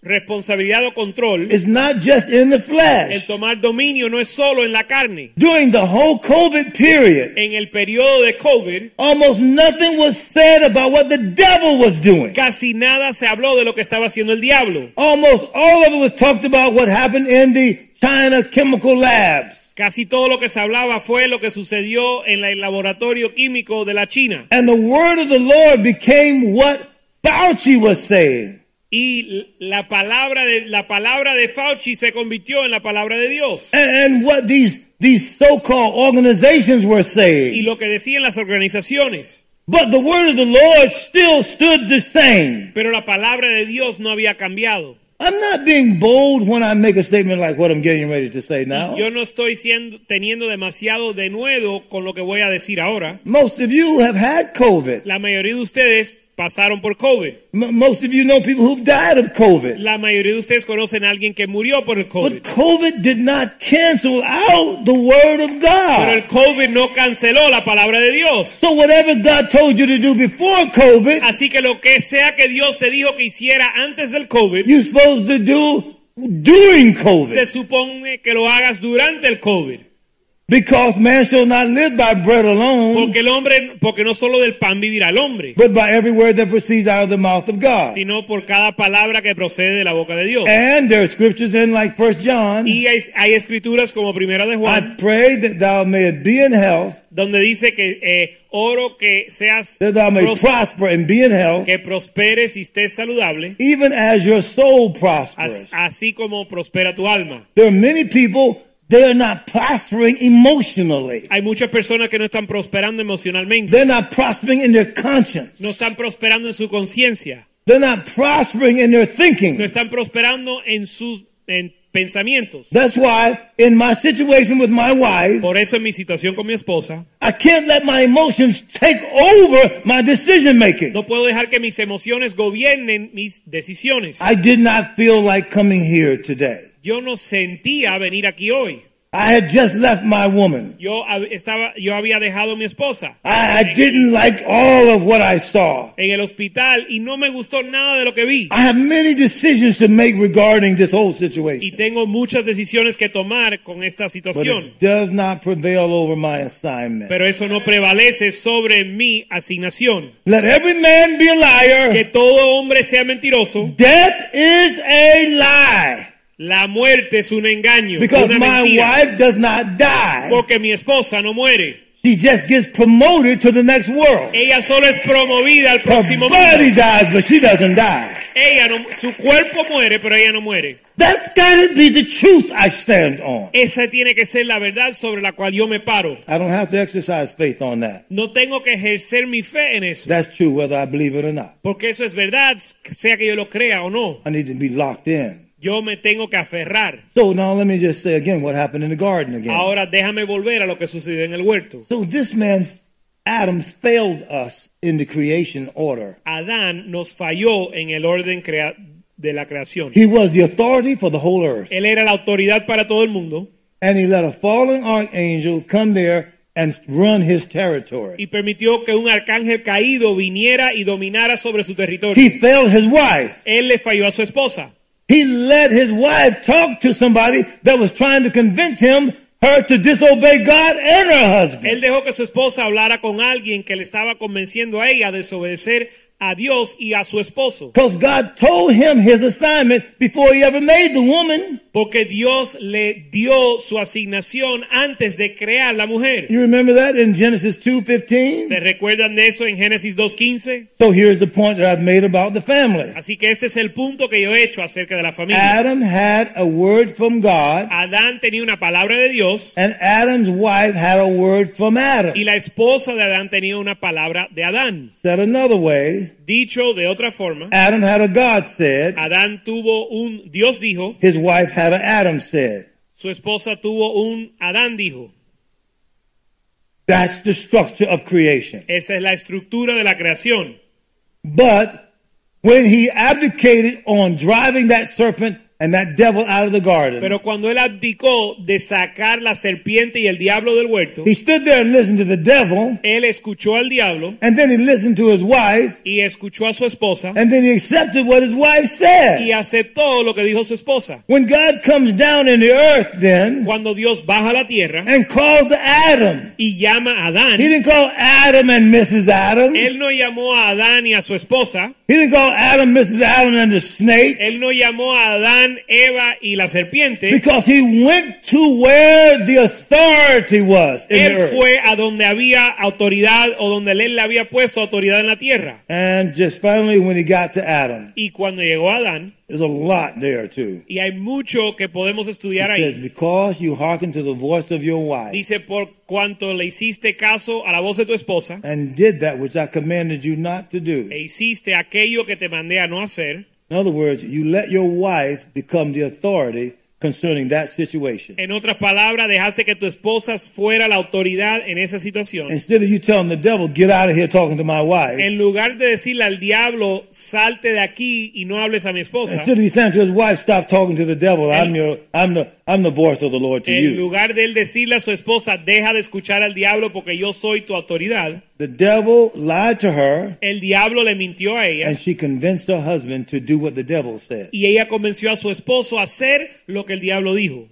Speaker 2: responsabilidad o control,
Speaker 1: is not just in the
Speaker 2: el
Speaker 1: flesh.
Speaker 2: tomar dominio no es solo en la carne.
Speaker 1: During the whole COVID period,
Speaker 2: En el periodo de COVID,
Speaker 1: almost nothing was said about what the devil was doing.
Speaker 2: casi nada se habló de lo que estaba haciendo el diablo.
Speaker 1: Almost all of it was talked about what happened in the China chemical labs
Speaker 2: Casi todo lo que se hablaba fue lo que sucedió en la- el laboratorio químico de la China.
Speaker 1: and the word of the Lord became what Fauci was saying.
Speaker 2: Y l- la palabra de, la palabra de Fauci se convirtió en la palabra de Dios.
Speaker 1: And, and what these, these so-called organizations were saying.
Speaker 2: Y lo que decían las organizaciones.
Speaker 1: But the word of the Lord still stood the same.
Speaker 2: Pero la palabra de Dios no había cambiado.
Speaker 1: I'm not being bold when I make a statement like what I'm getting ready to say now.
Speaker 2: Yo no estoy siendo, teniendo demasiado de nuevo con lo que voy a decir ahora.
Speaker 1: Most of you have had COVID.
Speaker 2: La mayoría de ustedes pasaron por COVID.
Speaker 1: M- most of you know people who've died of COVID.
Speaker 2: La mayoría de ustedes conocen a alguien que murió por el
Speaker 1: But
Speaker 2: COVID.
Speaker 1: COVID did not cancel out the word of
Speaker 2: Pero el
Speaker 1: God.
Speaker 2: COVID no canceló la palabra de Dios.
Speaker 1: So whatever God told you to do before COVID,
Speaker 2: Así que lo que sea que Dios te dijo que hiciera antes del COVID,
Speaker 1: you're supposed to do during
Speaker 2: se
Speaker 1: COVID.
Speaker 2: supone que lo hagas durante el COVID.
Speaker 1: Because man shall not live by bread alone,
Speaker 2: Porque el hombre, porque no solo del pan vivirá el hombre,
Speaker 1: but by every word that proceeds out of the mouth of God.
Speaker 2: sino por cada palabra que procede de la boca de Dios.
Speaker 1: And there are scriptures in like First John.
Speaker 2: Y hay, hay escrituras como Primera de
Speaker 1: I
Speaker 2: Juan,
Speaker 1: pray that thou mayest be in health,
Speaker 2: donde dice que eh, oro que seas
Speaker 1: that thou may
Speaker 2: pros-
Speaker 1: prosper and be in health,
Speaker 2: que prosperes y estés saludable,
Speaker 1: even as your soul
Speaker 2: as-
Speaker 1: prospers.
Speaker 2: así como prospera tu alma.
Speaker 1: There are many people they are not prospering emotionally.
Speaker 2: Hay muchas personas que no están prosperando emocionalmente,
Speaker 1: They're not prospering in their conscience.
Speaker 2: no están prosperando en su conciencia,
Speaker 1: They're not prospering in their
Speaker 2: no
Speaker 1: thinking.
Speaker 2: están prosperando en sus en pensamientos.
Speaker 1: That's why in my situation with my wife,
Speaker 2: Por eso en mi situación con mi esposa,
Speaker 1: I can't let my emotions take over my decision making.
Speaker 2: no puedo dejar que mis emociones gobiernen mis decisiones.
Speaker 1: I did not feel like coming here today.
Speaker 2: Yo no sentía venir aquí hoy.
Speaker 1: I had just left my woman.
Speaker 2: Yo hab- estaba yo había dejado a mi esposa.
Speaker 1: I, I didn't like all of what I saw.
Speaker 2: en el hospital y no me gustó nada de lo que vi.
Speaker 1: I have many decisions to make regarding this whole
Speaker 2: Y
Speaker 1: situation.
Speaker 2: tengo muchas decisiones que tomar con esta
Speaker 1: But
Speaker 2: situación.
Speaker 1: it does not prevail over my assignment.
Speaker 2: Pero eso no prevalece sobre mi asignación.
Speaker 1: Let every man be a
Speaker 2: Que
Speaker 1: liar.
Speaker 2: todo hombre sea mentiroso.
Speaker 1: Death is a lie.
Speaker 2: La muerte es un engaño.
Speaker 1: Because
Speaker 2: una
Speaker 1: my
Speaker 2: mentira.
Speaker 1: wife does not die.
Speaker 2: Porque mi esposa no muere.
Speaker 1: She just gets promoted to the next world.
Speaker 2: Ella solo es promovida al
Speaker 1: Her
Speaker 2: próximo
Speaker 1: body
Speaker 2: mundo.
Speaker 1: dies, but she doesn't die.
Speaker 2: Ella no, su cuerpo muere, pero ella no muere.
Speaker 1: That's gotta be the truth I stand on.
Speaker 2: Esa tiene que ser la verdad sobre la cual yo me paro.
Speaker 1: I don't have to exercise faith on that.
Speaker 2: No tengo que ejercer mi fe en eso.
Speaker 1: That's true whether I believe it or not.
Speaker 2: Porque eso es verdad, sea que yo lo crea o no.
Speaker 1: I need to be locked in.
Speaker 2: Yo me tengo que aferrar.
Speaker 1: So now let me just say again what happened in the garden again.
Speaker 2: Ahora déjame volver a lo que sucedió en el huerto.
Speaker 1: So this man, Adam, failed us in the creation order.
Speaker 2: Adán nos falló en el orden crea- de la creación.
Speaker 1: He was the authority for the whole earth.
Speaker 2: Él era la autoridad para todo el mundo
Speaker 1: And he let a fallen archangel come there and run his territory.
Speaker 2: y permitió que un arcángel caído viniera y dominara sobre su territorio.
Speaker 1: He failed his wife.
Speaker 2: Él le falló a su esposa.
Speaker 1: He let his wife talk to somebody that was trying to convince him her to disobey God and her husband.
Speaker 2: Él dejó que su esposa hablara con alguien que le estaba convenciendo a ella a desobedecer a Dios y a su esposo.
Speaker 1: Because God told him his assignment before he ever made the woman.
Speaker 2: Porque Dios le dio su asignación antes de crear la mujer.
Speaker 1: You remember that in Genesis 2:15?
Speaker 2: ¿Se recuerdan de eso en Génesis 2.15?
Speaker 1: So here's the point that I've made about the family.
Speaker 2: Así que este es el punto que yo he hecho acerca de la familia.
Speaker 1: Adam had a word from God,
Speaker 2: Adán tenía una palabra de Dios
Speaker 1: and Adam's wife had a word from
Speaker 2: y
Speaker 1: Adam.
Speaker 2: la esposa de Adán tenía una palabra de Adán.
Speaker 1: Said another way,
Speaker 2: Dicho de otra forma,
Speaker 1: Adam had a God said,
Speaker 2: Adán tuvo un Dios dijo,
Speaker 1: his wife had an Adam said.
Speaker 2: su esposa tuvo un Adán dijo.
Speaker 1: That's the structure of creation.
Speaker 2: Esa es la estructura de la creación.
Speaker 1: But when he abdicated on driving that serpent and that devil out of the garden,
Speaker 2: Pero cuando él abdicó de sacar la serpiente y el diablo del huerto,
Speaker 1: he stood there and listened to the devil,
Speaker 2: él escuchó al diablo
Speaker 1: and then he listened to his wife,
Speaker 2: y escuchó a su esposa
Speaker 1: and then he accepted what his wife
Speaker 2: y
Speaker 1: said.
Speaker 2: aceptó lo que dijo su esposa.
Speaker 1: When God comes down in the earth, then
Speaker 2: Cuando Dios baja a la tierra
Speaker 1: and calls to Adam,
Speaker 2: y llama a
Speaker 1: he
Speaker 2: Adán,
Speaker 1: didn't call Adam and Mrs. Adam. He
Speaker 2: él no llamó a Adán y a su esposa,
Speaker 1: didn't call Adam, Mrs. Adam, and the snake
Speaker 2: él no llamó a Adán, Eva y la serpiente,
Speaker 1: because he went to where the authority was in
Speaker 2: él
Speaker 1: the earth.
Speaker 2: fue a donde había autoridad o donde él le había puesto autoridad en la tierra.
Speaker 1: And just finally, when he got to Adam,
Speaker 2: Y cuando llegó Adán,
Speaker 1: there's a lot there too.
Speaker 2: y hay mucho que podemos
Speaker 1: He
Speaker 2: estudiar ahí.
Speaker 1: says, Because you hearkened to the voice of your wife
Speaker 2: Dice, por cuanto le hiciste caso a la voz de tu esposa,
Speaker 1: and did that which I commanded you not to
Speaker 2: e
Speaker 1: do.
Speaker 2: hiciste aquello que te mandé a no hacer.
Speaker 1: In other words, you let your wife become the authority concerning that situation.
Speaker 2: En otras palabras, dejaste que tu esposa fuera la autoridad en esa situación.
Speaker 1: Instead of you telling the devil, Get out of here talking to my wife,
Speaker 2: En lugar de decirle al diablo, salte de aquí y no hables a mi esposa.
Speaker 1: instead of you saying to his wife, Stop talking to the devil, I'm,
Speaker 2: El-
Speaker 1: your, I'm, the, I'm the voice of the Lord to
Speaker 2: En
Speaker 1: you.
Speaker 2: lugar de él decirle a su esposa, deja de escuchar al diablo porque yo soy tu autoridad.
Speaker 1: The devil lied to her,
Speaker 2: El diablo le mintió a ella
Speaker 1: and she convinced her husband to do what the devil said.
Speaker 2: y ella convenció a su esposo a hacer lo que el diablo dijo.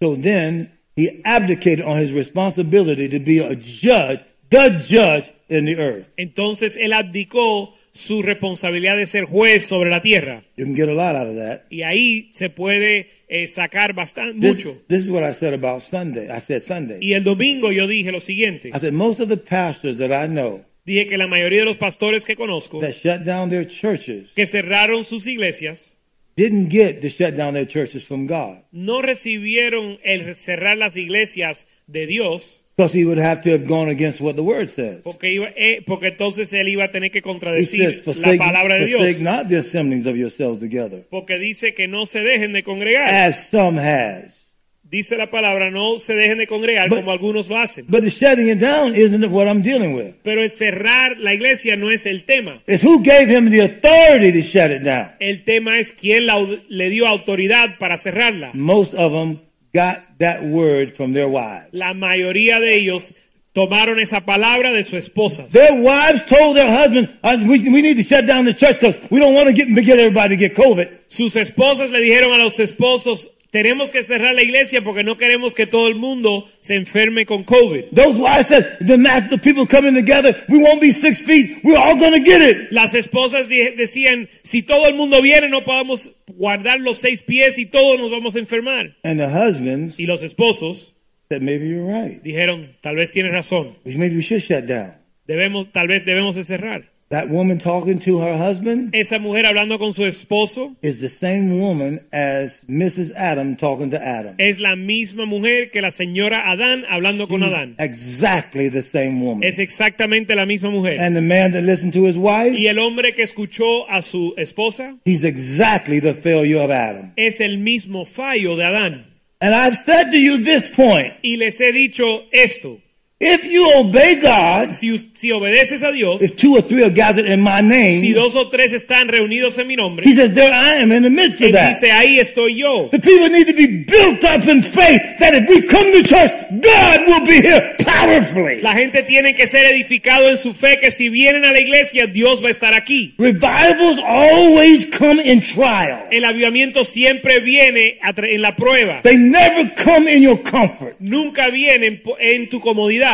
Speaker 1: So then he abdicated on his responsibility to be a judge, the judge in the earth.
Speaker 2: Entonces él abdicó su responsabilidad de ser juez sobre la tierra.
Speaker 1: You can get a lot out of that.
Speaker 2: Y ahí se puede eh, sacar bastante,
Speaker 1: This,
Speaker 2: mucho.
Speaker 1: this is what I said about Sunday. I said Sunday.
Speaker 2: Y el domingo yo dije lo siguiente.
Speaker 1: I said most of the pastors that I know
Speaker 2: Dije que la mayoría de los pastores que conozco
Speaker 1: that shut down their churches
Speaker 2: que cerraron sus iglesias
Speaker 1: didn't get to shut down their churches from God
Speaker 2: no recibieron el cerrar las iglesias de Dios
Speaker 1: because he would have to have gone against what the word says.
Speaker 2: porque, iba, eh, porque entonces él iba a tener que
Speaker 1: He says,
Speaker 2: contradecir la
Speaker 1: forsake,
Speaker 2: palabra de
Speaker 1: forsake
Speaker 2: Dios.
Speaker 1: not the assemblies of yourselves together,
Speaker 2: Porque dice que no se dejen de congregar.
Speaker 1: as some has.
Speaker 2: Dice la palabra, no se dejen de congregar
Speaker 1: But-
Speaker 2: como algunos lo hacen.
Speaker 1: But the shutting it down isn't what I'm dealing with.
Speaker 2: Pero el cerrar la iglesia no es el tema.
Speaker 1: It's who gave him the authority to shut it down.
Speaker 2: El tema es quién la- le dio autoridad para cerrarla.
Speaker 1: Most of them got that word from their wives.
Speaker 2: La mayoría de ellos tomaron esa palabra de sus esposas.
Speaker 1: Their wives told their husband, uh, we, we need to shut down the church because we don't want to get, get everybody to get COVID.
Speaker 2: Sus esposas le dijeron a los esposos, tenemos que cerrar la iglesia porque no queremos que todo el mundo se enferme con COVID.
Speaker 1: Those wives said, the masses of people coming together, we won't be six feet. We're all going to get it.
Speaker 2: Las esposas di- decían, si todo el mundo viene no podamos guardar los seis pies y todos nos vamos a enfermar.
Speaker 1: And the husbands
Speaker 2: Y los esposos
Speaker 1: said, maybe you're right.
Speaker 2: dijeron, tal vez tienes razón,
Speaker 1: Maybe we should shut down.
Speaker 2: debemos, tal vez debemos de cerrar.
Speaker 1: That woman talking to her husband
Speaker 2: Esa mujer hablando con su esposo
Speaker 1: is the same woman as Mrs. Adam talking to Adam.
Speaker 2: es la misma mujer que la señora Adán hablando con Adán.
Speaker 1: Exactly the same woman.
Speaker 2: Es exactamente la misma mujer.
Speaker 1: And the man that listened to his wife,
Speaker 2: Y el hombre que escuchó a su esposa
Speaker 1: he's exactly the failure of Adam.
Speaker 2: es el mismo fallo de Adán.
Speaker 1: And I've said to you this point
Speaker 2: Y les he dicho esto.
Speaker 1: If you obey God,
Speaker 2: Si, us- si obedeces a Dios,
Speaker 1: if two or three are gathered in my
Speaker 2: si
Speaker 1: name,
Speaker 2: dos o tres están reunidos en mi nombre,
Speaker 1: he says, there I am in the midst of
Speaker 2: Él
Speaker 1: that.
Speaker 2: dice, ahí estoy yo.
Speaker 1: The people need to be built up in faith that if we come to church, God will be here powerfully.
Speaker 2: La gente tiene que ser edificado en su fe que si vienen a la iglesia, Dios va a estar aquí.
Speaker 1: Revivals always come in trial.
Speaker 2: El avivamiento siempre viene a tra- en la prueba.
Speaker 1: They never come in your comfort.
Speaker 2: Nunca viene en, po- en tu comodidad.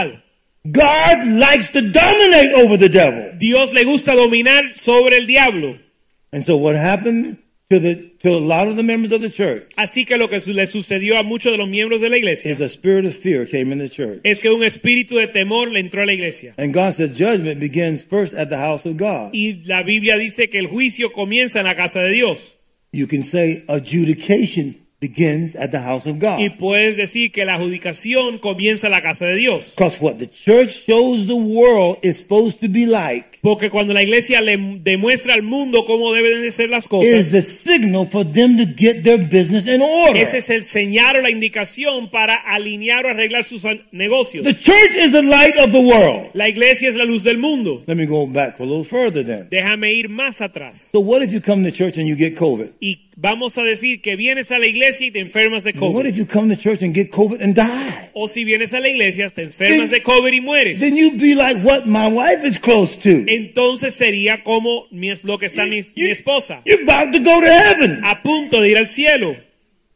Speaker 1: God likes to dominate over the devil.
Speaker 2: Dios le gusta dominar sobre el diablo.
Speaker 1: And so what happened to the to a lot of the members of the church
Speaker 2: Así que lo que su- le sucedió a muchos de los miembros de la iglesia
Speaker 1: is a spirit of fear came in the church.
Speaker 2: es que un espíritu de temor le entró a la iglesia.
Speaker 1: And God said judgment begins first at the house of God.
Speaker 2: Y la Biblia dice que el juicio comienza en la casa de Dios.
Speaker 1: You can say adjudication begins at the house of
Speaker 2: Y
Speaker 1: God.
Speaker 2: puedes decir que la adjudicación comienza en la casa de Dios.
Speaker 1: Because what the church shows the world is supposed to be like
Speaker 2: Porque cuando la iglesia le demuestra al mundo cómo deben de ser las
Speaker 1: is
Speaker 2: cosas,
Speaker 1: the signal for them to get their business in order.
Speaker 2: ese es el señal o la indicación para alinear o arreglar sus an- negocios.
Speaker 1: The church is the light of the world.
Speaker 2: La iglesia es la luz del mundo.
Speaker 1: Let me go back a little further then.
Speaker 2: Déjame ir más atrás.
Speaker 1: So what if you come to church and you get COVID?
Speaker 2: Y vamos a decir que vienes a la iglesia y te enfermas de
Speaker 1: What
Speaker 2: COVID.
Speaker 1: if you come to church and get COVID and die?
Speaker 2: O si vienes a la iglesia, te enfermas de COVID y mueres.
Speaker 1: Then you'd be like what my wife is close to.
Speaker 2: Entonces sería como mi, es- lo que está mi, mi esposa, Ah.
Speaker 1: You're about to go to heaven.
Speaker 2: a punto de ir al cielo.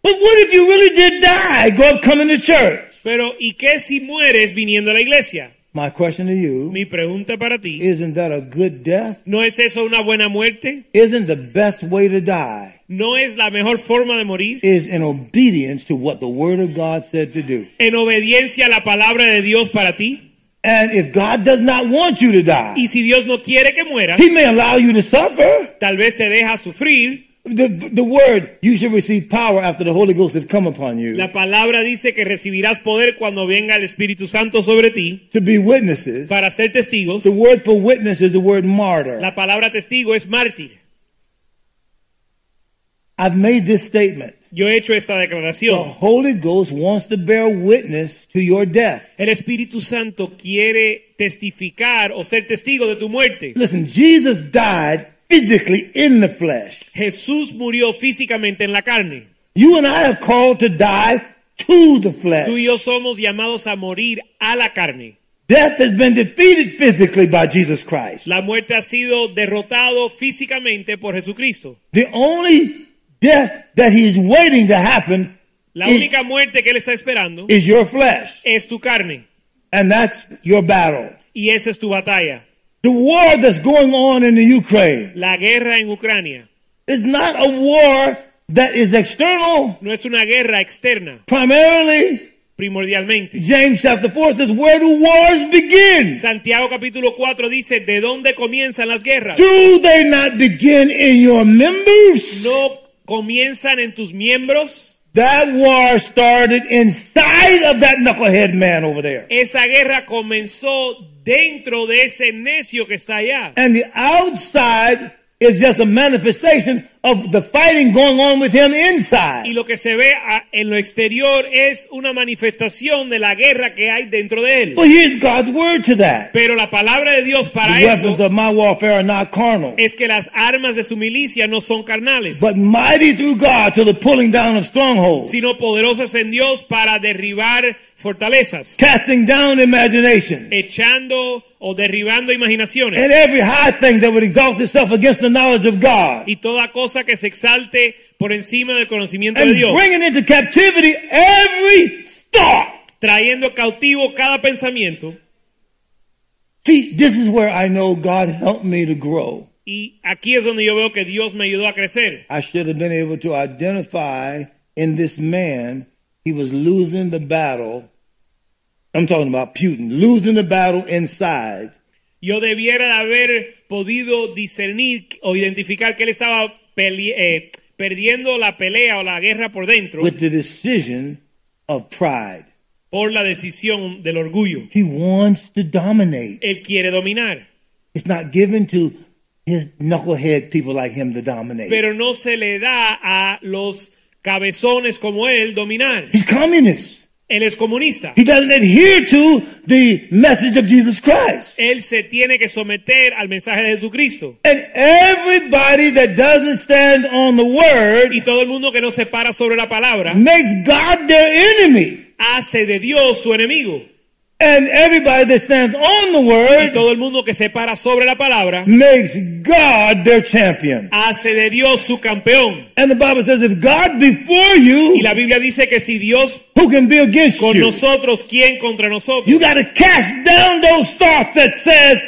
Speaker 1: But what if you really did die? Go up coming to church.
Speaker 2: Pero, ¿y qué si mueres viniendo a la iglesia?
Speaker 1: My question to you,
Speaker 2: Mi pregunta para ti,
Speaker 1: isn't that a good death?
Speaker 2: ¿no es eso una buena muerte?
Speaker 1: Isn't the best way to die
Speaker 2: ¿No es la mejor forma de morir?
Speaker 1: is in obedience to what the word of God said to do.
Speaker 2: ¿En obediencia a la palabra de Dios para ti?
Speaker 1: And if God does not want you to die,
Speaker 2: Y si Dios no quiere que mueras,
Speaker 1: he may allow you to suffer.
Speaker 2: tal vez te deja sufrir.
Speaker 1: The, the word, you shall receive power after the Holy Ghost has come upon you
Speaker 2: La palabra dice que recibirás poder cuando venga el Espíritu Santo sobre ti
Speaker 1: to be witnesses.
Speaker 2: para ser testigos.
Speaker 1: The word for witness is the word martyr.
Speaker 2: La palabra testigo es mártir.
Speaker 1: I've made this statement.
Speaker 2: Yo he hecho esa
Speaker 1: The
Speaker 2: declaración.
Speaker 1: Holy Ghost wants to bear witness to your death.
Speaker 2: El Espíritu Santo quiere testificar o ser testigo de tu muerte.
Speaker 1: Listen, Jesus died physically in the flesh.
Speaker 2: Jesús murió físicamente en la carne.
Speaker 1: You and I are called to die to the
Speaker 2: Tú y
Speaker 1: flesh.
Speaker 2: yo somos llamados a morir a la carne.
Speaker 1: Death has been defeated physically by Jesus Christ.
Speaker 2: La muerte ha sido derrotado físicamente por Jesucristo.
Speaker 1: The only death that he's waiting to happen
Speaker 2: La
Speaker 1: is-
Speaker 2: única muerte que él está esperando
Speaker 1: is your flesh.
Speaker 2: es tu carne
Speaker 1: And that's your battle.
Speaker 2: y esa es tu batalla.
Speaker 1: The war that's going on in the Ukraine
Speaker 2: La guerra en Ucrania
Speaker 1: is not a war that is external.
Speaker 2: no es una guerra externa,
Speaker 1: Primarily,
Speaker 2: primordialmente.
Speaker 1: James chapter 4 says, Where do wars begin?
Speaker 2: Santiago capítulo 4 dice, ¿de dónde comienzan las guerras?
Speaker 1: Do they not begin in your members?
Speaker 2: No comienzan en tus miembros.
Speaker 1: That war started inside of that knucklehead man over there.
Speaker 2: Esa guerra comenzó dentro de ese necio que está allá.
Speaker 1: And the outside is just a manifestation of the fighting going on with him
Speaker 2: Y
Speaker 1: inside.
Speaker 2: lo que se ve a- en lo exterior es una manifestación de la guerra que hay dentro de él.
Speaker 1: But here's God's word to that.
Speaker 2: Pero la palabra de Dios
Speaker 1: The
Speaker 2: para
Speaker 1: weapons
Speaker 2: eso
Speaker 1: of my warfare are not carnal.
Speaker 2: es que las armas de su milicia no son carnales,
Speaker 1: But mighty through God to the pulling down of strongholds,
Speaker 2: sino poderosas en Dios para derribar fortalezas,
Speaker 1: casting down imaginations,
Speaker 2: echando o derribando imaginaciones
Speaker 1: and every high thing that would exalt itself against the knowledge of God,
Speaker 2: y toda cosa que se exalte por encima del conocimiento de
Speaker 1: and
Speaker 2: Dios,
Speaker 1: bringing into captivity every thought.
Speaker 2: trayendo cautivo cada pensamiento.
Speaker 1: See, this is where I know God helped me to grow.
Speaker 2: Y aquí es donde yo veo que Dios me ayudó a crecer.
Speaker 1: I should have been able to identify in this man, he was losing the battle. I'm talking about Putin, losing the battle inside.
Speaker 2: Yo debiera de haber podido discernir o identificar que él estaba pele- eh, perdiendo la pelea o la guerra por dentro
Speaker 1: with the decision of pride.
Speaker 2: por la decisión del orgullo.
Speaker 1: He wants to dominate.
Speaker 2: Él quiere dominar,
Speaker 1: It's not given to his knucklehead people like him to dominate.
Speaker 2: pero no se le da a los cabezones como él dominar.
Speaker 1: He's communist.
Speaker 2: Él es comunista.
Speaker 1: He doesn't adhere to the message of Jesus Christ.
Speaker 2: Él se tiene que someter al mensaje de Jesucristo.
Speaker 1: And everybody that doesn't stand on the
Speaker 2: Y
Speaker 1: word
Speaker 2: todo el mundo que no se para sobre la palabra
Speaker 1: makes God their enemy.
Speaker 2: hace de Dios su enemigo.
Speaker 1: And everybody that stands on the
Speaker 2: Y
Speaker 1: word
Speaker 2: todo el mundo que se para sobre la palabra
Speaker 1: makes God their champion.
Speaker 2: hace de Dios su campeón.
Speaker 1: And the Bible says, if God before
Speaker 2: Y
Speaker 1: you,
Speaker 2: la Biblia dice que si Dios
Speaker 1: who can be against
Speaker 2: con
Speaker 1: you?
Speaker 2: nosotros, ¿quién contra nosotros?
Speaker 1: You got to cast down those thoughts that says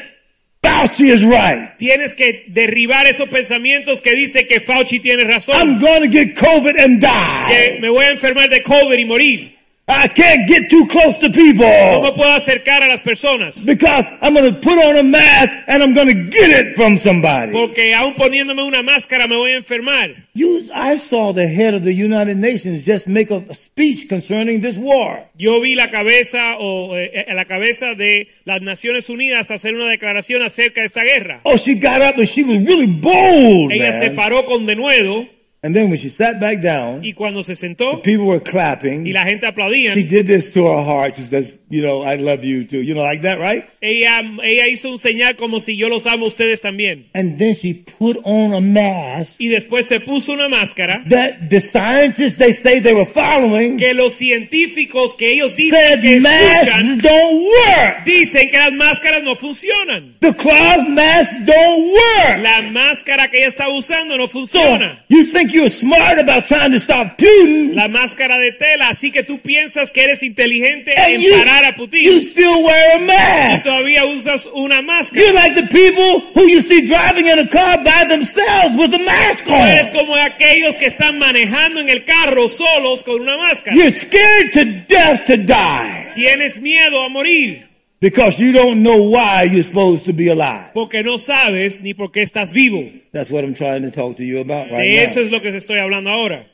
Speaker 1: Fauci is right.
Speaker 2: Tienes que derribar esos pensamientos que dice que Fauci tiene
Speaker 1: I'm
Speaker 2: razón.
Speaker 1: going to get COVID and die.
Speaker 2: Que me voy a enfermar de COVID y morir.
Speaker 1: I can't get too close to
Speaker 2: No me
Speaker 1: people
Speaker 2: puedo acercar a las personas.
Speaker 1: because I'm going to put on a mask and I'm going to get it from somebody.
Speaker 2: Porque aún poniéndome una máscara me voy a enfermar.
Speaker 1: You, I saw the head of the United Nations just make a, a speech concerning this war.
Speaker 2: Yo vi la cabeza o eh, eh, la cabeza de las Naciones Unidas hacer una declaración acerca de esta guerra.
Speaker 1: Oh, she got up and she was really bold.
Speaker 2: Ella se
Speaker 1: Man.
Speaker 2: paró con denuedo
Speaker 1: And then when she sat back down,
Speaker 2: y cuando se sentó
Speaker 1: people were
Speaker 2: y
Speaker 1: clapping.
Speaker 2: la gente aplaudía,
Speaker 1: She did this to her heart. She says, you know, I love you too. You know, like that, right?
Speaker 2: ella, ella hizo un señal como si yo los amo a ustedes también.
Speaker 1: And then she put on a mask
Speaker 2: Y después se puso una máscara
Speaker 1: that the scientists they say they were following
Speaker 2: que los científicos que ellos dicen
Speaker 1: said
Speaker 2: que escuchan
Speaker 1: masks don't work.
Speaker 2: dicen que las máscaras no funcionan.
Speaker 1: The cloth masks don't work.
Speaker 2: La máscara que ella estaba usando no
Speaker 1: So
Speaker 2: funciona.
Speaker 1: you think you're smart about trying to stop Putin,
Speaker 2: La máscara de tela, así que tú piensas que eres inteligente
Speaker 1: and
Speaker 2: en
Speaker 1: you,
Speaker 2: parar a
Speaker 1: you
Speaker 2: Putin
Speaker 1: still wear a
Speaker 2: y
Speaker 1: mask.
Speaker 2: todavía usas una máscara.
Speaker 1: You're like the people who you see driving in a car by themselves with a mask
Speaker 2: Tú Eres
Speaker 1: on.
Speaker 2: como aquellos que están manejando en el carro solos con una máscara.
Speaker 1: You're scared to death to die
Speaker 2: Tienes miedo a morir
Speaker 1: because you don't know why you're supposed to be alive.
Speaker 2: porque no sabes ni por qué estás vivo.
Speaker 1: That's what I'm trying to talk to you about right
Speaker 2: De eso
Speaker 1: now.
Speaker 2: es lo que se estoy hablando ahora.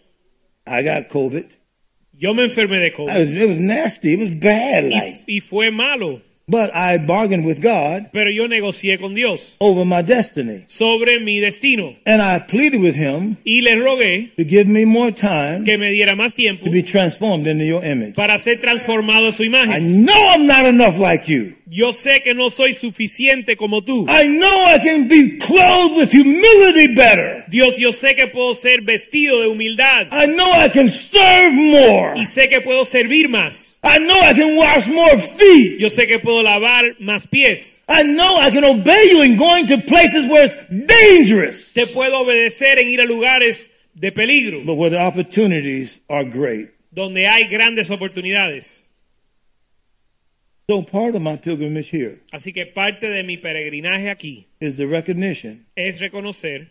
Speaker 1: I got COVID.
Speaker 2: Yo me enfermé de
Speaker 1: I
Speaker 2: COVID
Speaker 1: was, it was nasty. It was bad. Like.
Speaker 2: y, y fue malo,
Speaker 1: But I bargained with God
Speaker 2: pero yo negocié con Dios
Speaker 1: over my destiny.
Speaker 2: sobre mi destino
Speaker 1: And I pleaded with Him
Speaker 2: y le rogué
Speaker 1: to give me more time
Speaker 2: que me diera más tiempo
Speaker 1: to be transformed into your image.
Speaker 2: para ser transformado a su
Speaker 1: I
Speaker 2: imagen.
Speaker 1: know I'm not enough like you.
Speaker 2: Yo sé que no soy suficiente como tú.
Speaker 1: I know I can be clothed with humility better.
Speaker 2: Dios, yo sé que puedo ser vestido de humildad
Speaker 1: I know I can serve more.
Speaker 2: y sé que puedo servir más.
Speaker 1: I know I can wash more feet.
Speaker 2: Yo sé que puedo lavar más pies.
Speaker 1: I know I can obey you in going to places where it's dangerous.
Speaker 2: Te puedo obedecer en ir a lugares de peligro
Speaker 1: But where the opportunities are great.
Speaker 2: donde hay grandes oportunidades.
Speaker 1: So part of my pilgrimage here
Speaker 2: Así que parte de mi peregrinaje aquí
Speaker 1: is the recognition
Speaker 2: es reconocer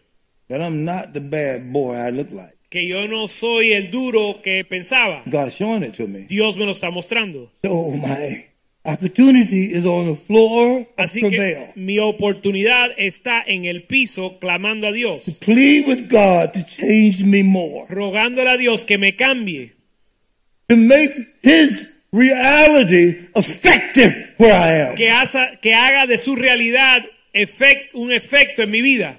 Speaker 1: that I'm not the bad boy I look like.
Speaker 2: que yo no soy el duro que pensaba.
Speaker 1: God's showing it to me.
Speaker 2: Dios me lo está mostrando.
Speaker 1: So my opportunity is on the floor of
Speaker 2: Así que
Speaker 1: travail.
Speaker 2: mi oportunidad está en el piso clamando a Dios,
Speaker 1: Plead with God to change me more,
Speaker 2: rogándole a Dios que me cambie,
Speaker 1: to make His reality effective where I am.
Speaker 2: que, haza- que haga de su realidad efect- un efecto en mi vida.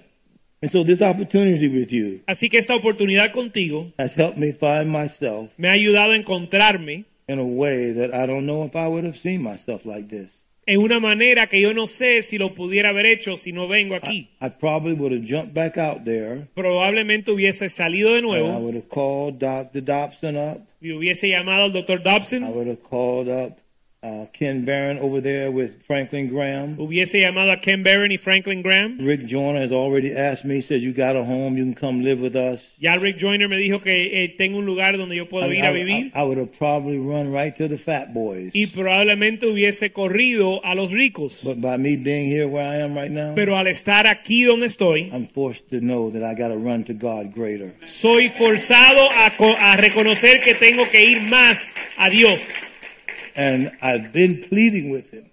Speaker 1: And so this opportunity with you
Speaker 2: Así que esta oportunidad contigo
Speaker 1: has helped me find myself
Speaker 2: me ha ayudado a encontrarme
Speaker 1: in a way that I don't know if I would have seen myself like this.
Speaker 2: en una manera que yo no sé si lo pudiera haber hecho si no vengo aquí.
Speaker 1: I probably would have jumped back out there
Speaker 2: Probablemente hubiese salido de
Speaker 1: and I
Speaker 2: nuevo
Speaker 1: would have called Dr. Dobson up.
Speaker 2: y hubiese llamado al doctor
Speaker 1: I
Speaker 2: Dobson,
Speaker 1: would have called up uh, Ken Barron over there with Franklin Graham.
Speaker 2: hubiese llamado a Ken Barron y Franklin Graham.
Speaker 1: Rick Joyner has already asked me, says, You got a home, you can come live with us.
Speaker 2: Ya Rick Joyner me dijo que eh, tengo un lugar donde yo puedo
Speaker 1: I, mean,
Speaker 2: ir a
Speaker 1: I-
Speaker 2: vivir.
Speaker 1: I- I would have probably run right to the fat boys.
Speaker 2: y probablemente hubiese corrido a los ricos.
Speaker 1: But by me being here where I am right now,
Speaker 2: Pero al estar aquí donde estoy,
Speaker 1: I'm forced to know that I got to run to God greater.
Speaker 2: soy forzado a, co- a reconocer que tengo que ir más a Dios.
Speaker 1: And I've been pleading with Him.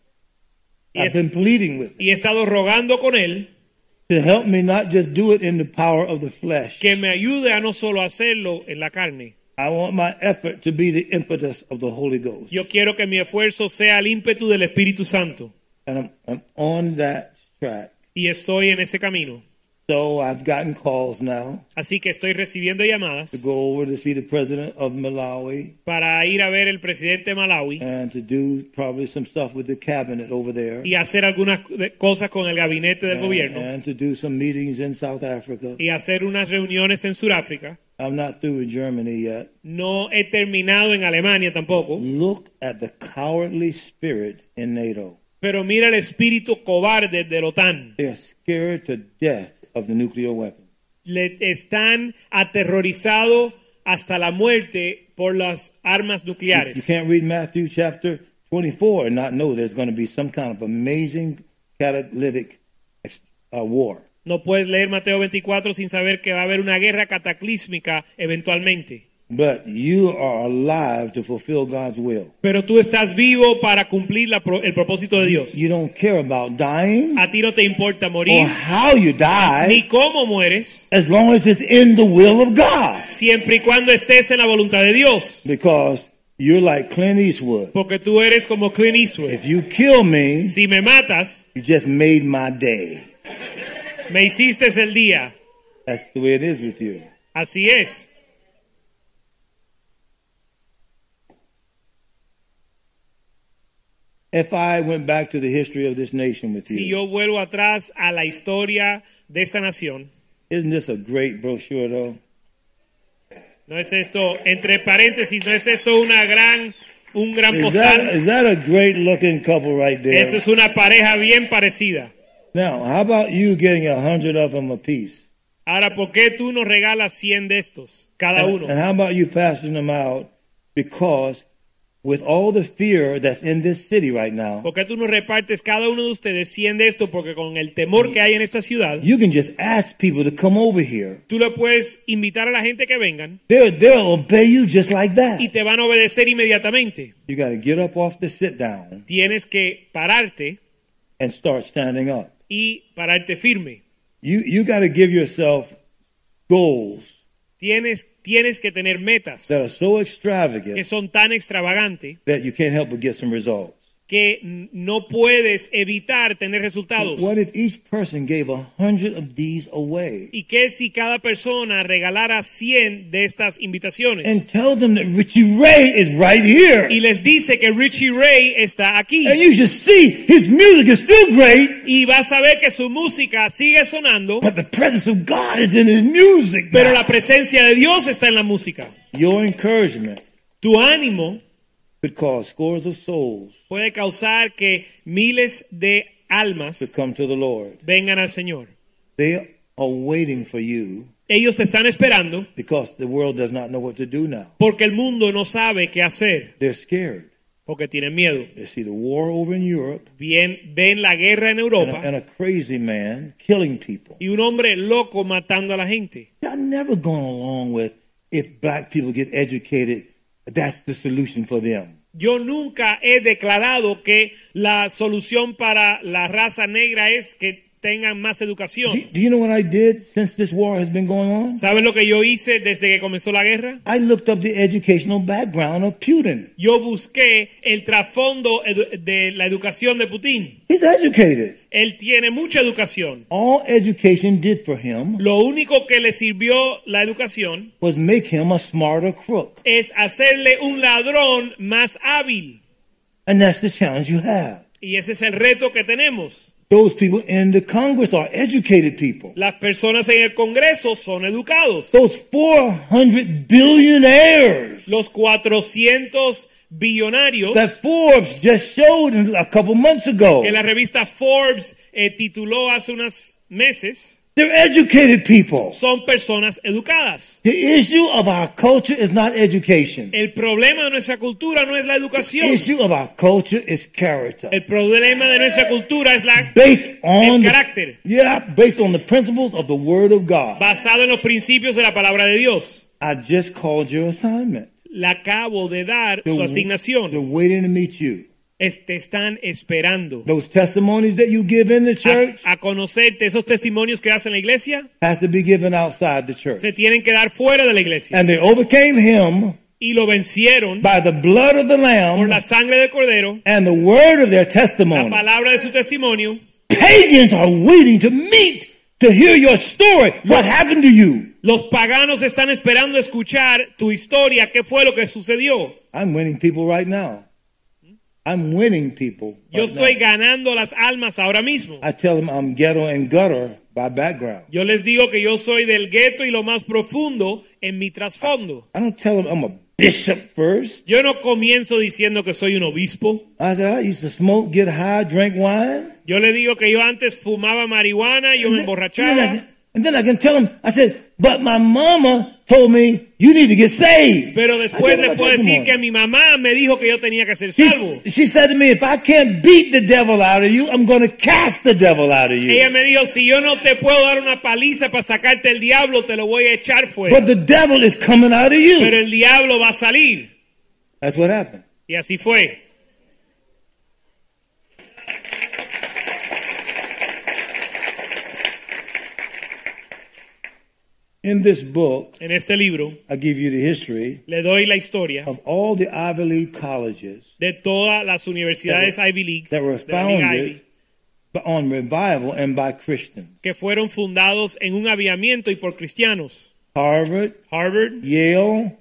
Speaker 2: Yes.
Speaker 1: I've been pleading with Him
Speaker 2: Y he estado rogando con Él
Speaker 1: to help me not just do it in the power of the flesh.
Speaker 2: que me ayude a no solo hacerlo en la carne.
Speaker 1: I want my effort to be the impetus of the Holy Ghost.
Speaker 2: Yo quiero que mi esfuerzo sea el ímpetu del Espíritu Santo.
Speaker 1: And I'm, I'm on that track.
Speaker 2: Y estoy en ese camino.
Speaker 1: So I've gotten calls now
Speaker 2: Así que estoy recibiendo llamadas
Speaker 1: to go over to see the president of Malawi
Speaker 2: para ir a ver el presidente de Malawi
Speaker 1: and to do probably some stuff with the cabinet over there.
Speaker 2: y hacer algunas de- cosas con el gabinete del
Speaker 1: And,
Speaker 2: gobierno
Speaker 1: and to do some meetings in South Africa.
Speaker 2: y hacer unas reuniones en Sudáfrica.
Speaker 1: I'm not through with Germany yet.
Speaker 2: No he terminado en Alemania tampoco,
Speaker 1: Look at the cowardly spirit in NATO.
Speaker 2: pero mira el espíritu cobarde de la OTAN.
Speaker 1: They are scared to death of the nuclear weapon.
Speaker 2: Le están aterrorizados hasta la muerte por las armas
Speaker 1: You
Speaker 2: nucleares.
Speaker 1: can't read Matthew chapter 24 and not know there's going to be some kind of amazing catalytic ex- uh, war.
Speaker 2: No puedes leer Mateo 24 sin saber que va a haber una guerra cataclísmica eventualmente.
Speaker 1: But you are alive to fulfill God's will.
Speaker 2: Pero tú estás vivo para cumplir la pro- el propósito de Dios.
Speaker 1: You don't care about dying
Speaker 2: A ti no te importa
Speaker 1: or
Speaker 2: morir
Speaker 1: how you die
Speaker 2: ni cómo mueres,
Speaker 1: as long as it's in the will of God.
Speaker 2: siempre y cuando estés en la voluntad de Dios.
Speaker 1: Because you're like Clint Eastwood.
Speaker 2: Porque tú eres como Clint Eastwood.
Speaker 1: If you kill me,
Speaker 2: Si me matas,
Speaker 1: you just made my day.
Speaker 2: me hiciste el día.
Speaker 1: That's the way it is with you.
Speaker 2: Así es.
Speaker 1: If I went back to the history of this nation with
Speaker 2: Si
Speaker 1: you,
Speaker 2: yo vuelvo atrás a la historia de esta nación,
Speaker 1: isn't this a great brochure though?
Speaker 2: no es esto, entre paréntesis, no es esto una gran, un gran
Speaker 1: Is that,
Speaker 2: postal.
Speaker 1: is that a great looking couple right there?
Speaker 2: Eso es una pareja bien parecida.
Speaker 1: Now, how about you getting a hundred of them apiece?
Speaker 2: Ahora, ¿por qué tú nos regalas 100 de estos, cada
Speaker 1: And,
Speaker 2: uno?
Speaker 1: and how about you passing them out? Because with all the fear that's in this city right now,
Speaker 2: ¿Por qué tú nos repartes cada uno de ustedes 100 de estos? Porque con el temor que hay en esta ciudad,
Speaker 1: you can just ask people to come over here.
Speaker 2: tú le puedes invitar a la gente que vengan
Speaker 1: They'll, they'll obey you just like that.
Speaker 2: y te van a obedecer inmediatamente.
Speaker 1: You got to get up off the sit down
Speaker 2: Tienes que pararte
Speaker 1: and start standing up.
Speaker 2: y pararte firme.
Speaker 1: You, you got to give yourself goals
Speaker 2: Tienes, tienes que tener metas
Speaker 1: that are so
Speaker 2: que
Speaker 1: extravagant
Speaker 2: son tan extravagantes
Speaker 1: that you can't help but get some results.
Speaker 2: que n- no puedes evitar tener resultados.
Speaker 1: What if each person gave a hundred of these away
Speaker 2: ¿Y qué si cada persona regalara 100 de estas invitaciones?
Speaker 1: and tell them that Richie Ray is right here?
Speaker 2: Y les dice que Richie Ray está aquí.
Speaker 1: And you should see his music is still great,
Speaker 2: Y vas a ver que su música sigue sonando,
Speaker 1: but the presence of God is in his music.
Speaker 2: pero
Speaker 1: now.
Speaker 2: la presencia de Dios está en la música.
Speaker 1: Your encouragement
Speaker 2: Tu ánimo
Speaker 1: could cause scores of souls
Speaker 2: puede causar que miles de
Speaker 1: to
Speaker 2: almas
Speaker 1: come to the Lord.
Speaker 2: vengan al Señor.
Speaker 1: They are waiting for you
Speaker 2: Ellos te están esperando
Speaker 1: because the world does not know what to do now.
Speaker 2: porque el mundo no sabe qué hacer,
Speaker 1: They're scared.
Speaker 2: porque tienen miedo.
Speaker 1: They see the war over in Europe
Speaker 2: Bien, ven la guerra en
Speaker 1: and a, and
Speaker 2: Europa
Speaker 1: a crazy man killing people.
Speaker 2: y un hombre loco matando a la gente.
Speaker 1: I'm never going along with if black people get educated, that's the solution for them.
Speaker 2: Yo nunca he declarado que la solución para la raza negra es que tengan más
Speaker 1: Do,
Speaker 2: educación.
Speaker 1: do you know what I did since this war has been going on?
Speaker 2: ¿Saben lo que yo hice desde que comenzó la guerra?
Speaker 1: I looked up the educational background of Putin.
Speaker 2: Yo busqué el trasfondo edu- de la educación de Putin.
Speaker 1: He's educated.
Speaker 2: Él tiene mucha educación.
Speaker 1: All education did for him
Speaker 2: Lo único que le sirvió la educación
Speaker 1: was make him a smarter crook.
Speaker 2: es hacerle un ladrón más hábil.
Speaker 1: And that's the challenge you have.
Speaker 2: Y ese es el reto que tenemos.
Speaker 1: Those people in the Congress are educated people.
Speaker 2: Las personas en el Congreso son educados.
Speaker 1: Those 400 billionaires
Speaker 2: Los 400 billonarios
Speaker 1: that Forbes just showed a couple months ago.
Speaker 2: que la revista Forbes eh, tituló hace unos meses
Speaker 1: They're educated people.
Speaker 2: son personas educadas.
Speaker 1: The issue of our culture is not education.
Speaker 2: El problema de nuestra cultura no es la
Speaker 1: The
Speaker 2: educación.
Speaker 1: issue of our culture is character.
Speaker 2: El problema de nuestra cultura es la
Speaker 1: Based on
Speaker 2: el
Speaker 1: the-
Speaker 2: carácter,
Speaker 1: yeah, based on the principles of the Word of God.
Speaker 2: basado en los principios de la palabra de Dios.
Speaker 1: I just called your assignment.
Speaker 2: Le acabo de dar
Speaker 1: They're-
Speaker 2: su
Speaker 1: They're
Speaker 2: asignación.
Speaker 1: waiting to meet you.
Speaker 2: Es- Te están esperando
Speaker 1: Those testimonies that you give in the church
Speaker 2: a, a conocerte. Esos testimonios que das en la iglesia
Speaker 1: has to be given outside the church.
Speaker 2: se tienen que dar fuera de la iglesia.
Speaker 1: And they overcame him
Speaker 2: Y lo vencieron
Speaker 1: by the blood of the
Speaker 2: por
Speaker 1: Lamb
Speaker 2: la sangre del cordero,
Speaker 1: and the word of their
Speaker 2: la
Speaker 1: testimony.
Speaker 2: palabra de su testimonio.
Speaker 1: Pagans are waiting to meet to hear your story, what happened to you.
Speaker 2: Los paganos están esperando escuchar tu historia, qué fue lo que sucedió.
Speaker 1: I'm winning people right now. I'm winning people.
Speaker 2: Yo
Speaker 1: right
Speaker 2: estoy
Speaker 1: now.
Speaker 2: ganando las almas ahora mismo.
Speaker 1: I tell them I'm ghetto and gutter by background.
Speaker 2: Yo les digo que yo soy del gueto y lo más profundo en mi trasfondo.
Speaker 1: I don't tell them I'm a bishop first.
Speaker 2: Yo no comienzo diciendo que soy un obispo.
Speaker 1: I said, I used to smoke, get high, drink wine.
Speaker 2: Yo le digo que yo antes fumaba marihuana, yo me
Speaker 1: And then, I,
Speaker 2: emborrachaba.
Speaker 1: and then I can tell them, I said, but my mama told me you need to get saved.
Speaker 2: Pero
Speaker 1: I
Speaker 2: después
Speaker 1: told
Speaker 2: le
Speaker 1: her
Speaker 2: puedo
Speaker 1: that this
Speaker 2: decir
Speaker 1: morning.
Speaker 2: que mi mamá me dijo que yo tenía que ser salvo.
Speaker 1: she, she said to me, if I can't beat the devil out of you, I'm going to cast the devil out of you.
Speaker 2: Ella me dijo, si yo no te puedo dar una paliza para sacarte el diablo, te lo voy a echar fuera.
Speaker 1: But the devil is coming out of you.
Speaker 2: Pero el diablo va a salir.
Speaker 1: That's what happened.
Speaker 2: Y así fue.
Speaker 1: In this book,
Speaker 2: En este libro
Speaker 1: I give you the history
Speaker 2: le doy la historia
Speaker 1: of all the Ivy League colleges
Speaker 2: de todas las universidades Ivy League,
Speaker 1: that were
Speaker 2: de la Liga Ivy,
Speaker 1: founded on revival and by Christians.
Speaker 2: que fueron fundados en un aviamiento y por cristianos.
Speaker 1: Harvard,
Speaker 2: Harvard,
Speaker 1: Yale,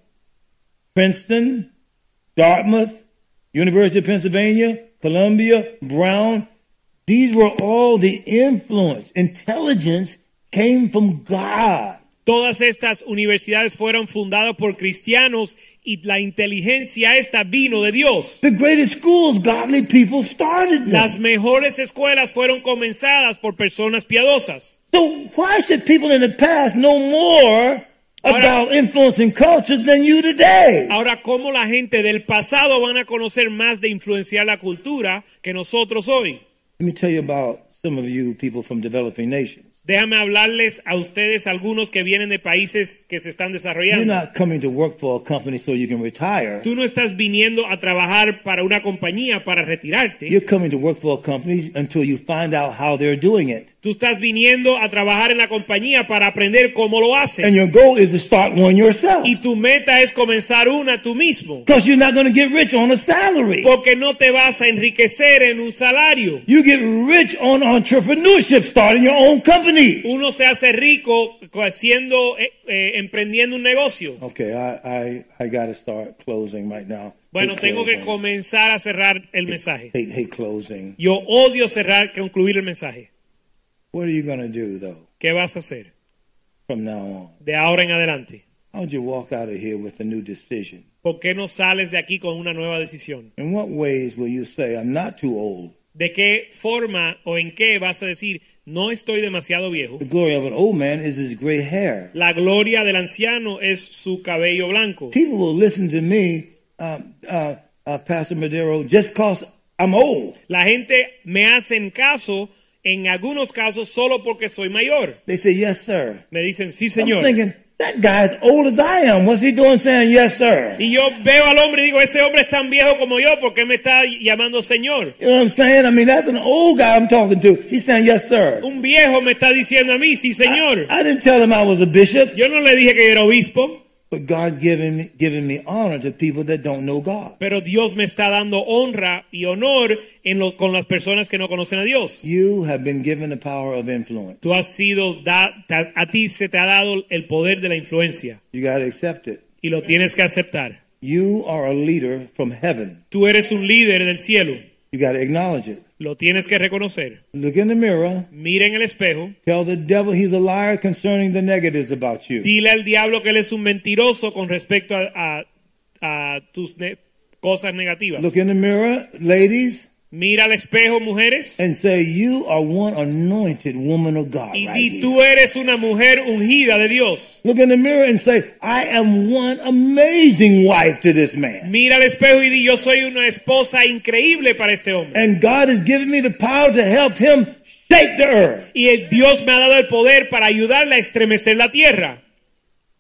Speaker 1: Princeton, Dartmouth, University of Pennsylvania, Columbia, Brown. These were all the influence. Intelligence came from God.
Speaker 2: todas estas universidades fueron fundadas por cristianos y la inteligencia esta vino de Dios.
Speaker 1: The greatest schools, godly people started them.
Speaker 2: Las mejores escuelas fueron comenzadas por personas piadosas.
Speaker 1: So why should people in the past know more about influencing cultures than you today?
Speaker 2: Ahora, ¿cómo la gente del pasado van a conocer más de influenciar la cultura que nosotros hoy?
Speaker 1: Let me tell you about some of you people from developing nations.
Speaker 2: Déjame hablarles a ustedes algunos que vienen de países que se están
Speaker 1: You're
Speaker 2: desarrollando.
Speaker 1: not coming to work for a company so you can retire.
Speaker 2: Tú no estás viniendo a trabajar para una compañía para retirarte.
Speaker 1: You're coming to work for a company until you find out how they're doing it.
Speaker 2: Tú estás viniendo a trabajar en la compañía para aprender cómo lo
Speaker 1: And
Speaker 2: hacen.
Speaker 1: your goal is to start one yourself.
Speaker 2: Y tu meta es comenzar una tú mismo.
Speaker 1: Because you're not going to get rich on a salary.
Speaker 2: Porque no te vas a enriquecer en un salario.
Speaker 1: You get rich on entrepreneurship, starting your own company.
Speaker 2: Uno se hace rico haciendo, eh, eh, emprendiendo un negocio.
Speaker 1: Okay, I, I, I got to start closing right now.
Speaker 2: Bueno,
Speaker 1: Hate
Speaker 2: tengo que
Speaker 1: closing.
Speaker 2: comenzar a cerrar el mensaje.
Speaker 1: hate, hate closing.
Speaker 2: Yo odio cerrar, concluir el mensaje.
Speaker 1: What are you going to do, though,
Speaker 2: ¿Qué vas a hacer
Speaker 1: from now on?
Speaker 2: de ahora en adelante?
Speaker 1: How would you walk out of here with a new decision?
Speaker 2: ¿Por qué no sales de aquí con una nueva decisión?
Speaker 1: In what ways will you say, I'm not too old?
Speaker 2: ¿De qué forma o en qué vas a decir, no estoy demasiado viejo?
Speaker 1: The glory of an old man is his gray hair.
Speaker 2: La gloria del anciano es su cabello blanco.
Speaker 1: People will listen to me, uh, uh, uh, Pastor Madero, just because I'm old.
Speaker 2: La gente me hacen caso, en algunos casos, solo porque soy mayor.
Speaker 1: They say, Yes, sir.
Speaker 2: Me dicen, sí,
Speaker 1: I'm
Speaker 2: señor.
Speaker 1: thinking, that guy's old as I am. What's he doing saying, Yes, sir?
Speaker 2: Y yo veo al hombre y digo, ese hombre es tan viejo como yo, ¿por qué me está llamando señor?
Speaker 1: You know what I'm saying? I mean, that's an old guy I'm talking to. He's saying, Yes, sir.
Speaker 2: Un viejo me está diciendo a mí, sí, señor.
Speaker 1: I didn't tell him I was a bishop.
Speaker 2: Yo no le dije que yo era obispo,
Speaker 1: But God giving me, giving me honor to people that don't know God.
Speaker 2: pero Dios me está dando honra y honor en lo- con las personas que no conocen a Dios.
Speaker 1: You have been given the power of influence.
Speaker 2: Tú has sido, da- ta- a ti se te ha dado el poder de la influencia
Speaker 1: You got to accept it.
Speaker 2: y lo tienes que aceptar.
Speaker 1: You are a leader from heaven.
Speaker 2: Tú eres un líder del cielo,
Speaker 1: You got to acknowledge it.
Speaker 2: lo tienes que reconocer.
Speaker 1: Look in the mirror.
Speaker 2: Mira en el espejo,
Speaker 1: Tell the devil he's a liar concerning the negatives about you.
Speaker 2: dile al diablo que él es un mentiroso con respecto a, a- a tus ne- cosas negativas.
Speaker 1: Look in the mirror, ladies,
Speaker 2: Mira al espejo, mujeres,
Speaker 1: and say, You are one anointed woman of God.
Speaker 2: y
Speaker 1: right
Speaker 2: di,
Speaker 1: here."
Speaker 2: tú eres una mujer ungida de Dios.
Speaker 1: Look in the mirror and say, I am one amazing wife to this man.
Speaker 2: Mira al espejo y di, yo soy una esposa increíble para este hombre.
Speaker 1: And God has given me the power to help him shake the earth.
Speaker 2: Y el Dios me ha dado el poder para ayudarle a estremecer la tierra.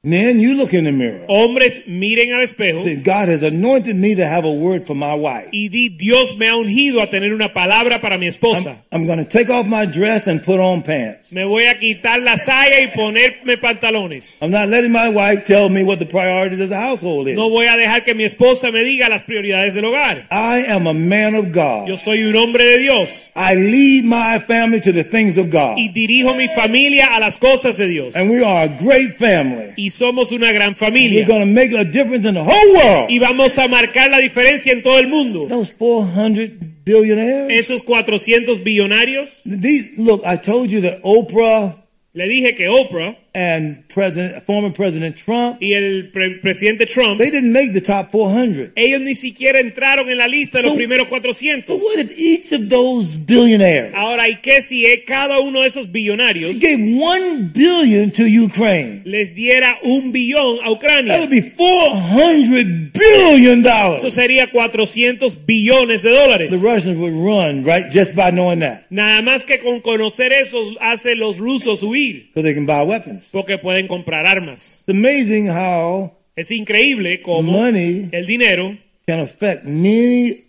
Speaker 1: Men, you look in the mirror.
Speaker 2: Hombres, miren al espejo
Speaker 1: Say, God has anointed me to have a word for my wife.
Speaker 2: y di, Dios me ha ungido a tener una palabra para mi esposa.
Speaker 1: I'm going to take off my dress and put on pants.
Speaker 2: Me voy a quitar la saya y ponerme pantalones.
Speaker 1: I'm not letting my wife tell me what the priorities of the household is.
Speaker 2: No voy a dejar que mi esposa me diga las prioridades del hogar.
Speaker 1: I am a man of God.
Speaker 2: Yo soy un hombre de Dios
Speaker 1: I lead my family to the things of God.
Speaker 2: y dirijo mi familia a las cosas de Dios.
Speaker 1: And we are a great family.
Speaker 2: Y somos una gran
Speaker 1: We're
Speaker 2: familia.
Speaker 1: going to make a difference in the whole world.
Speaker 2: Y vamos a marcar la diferencia en todo el mundo.
Speaker 1: Those 400 billionaires.
Speaker 2: Esos 400 billonarios,
Speaker 1: These, look, I told you that Oprah
Speaker 2: le dije que Oprah
Speaker 1: and President, former President Trump,
Speaker 2: y el pre- presidente Trump,
Speaker 1: they didn't make the top 400.
Speaker 2: ellos ni siquiera entraron en la lista de los
Speaker 1: So-
Speaker 2: primeros
Speaker 1: So
Speaker 2: 400.
Speaker 1: what if each of those billionaires
Speaker 2: Ahora, ¿y qué si es cada uno de esos billonarios
Speaker 1: gave one billion to Ukraine?
Speaker 2: les diera un billón a
Speaker 1: That would
Speaker 2: Ucrania?
Speaker 1: be 400 billion
Speaker 2: Eso
Speaker 1: dollars.
Speaker 2: sería 400 billones de dólares.
Speaker 1: The Russians would run right just by knowing that
Speaker 2: Nada más que con conocer eso hace los rusos huir,
Speaker 1: because they can buy weapons.
Speaker 2: porque pueden comprar armas.
Speaker 1: It's amazing how
Speaker 2: Es increíble cómo
Speaker 1: money
Speaker 2: el dinero
Speaker 1: can affect many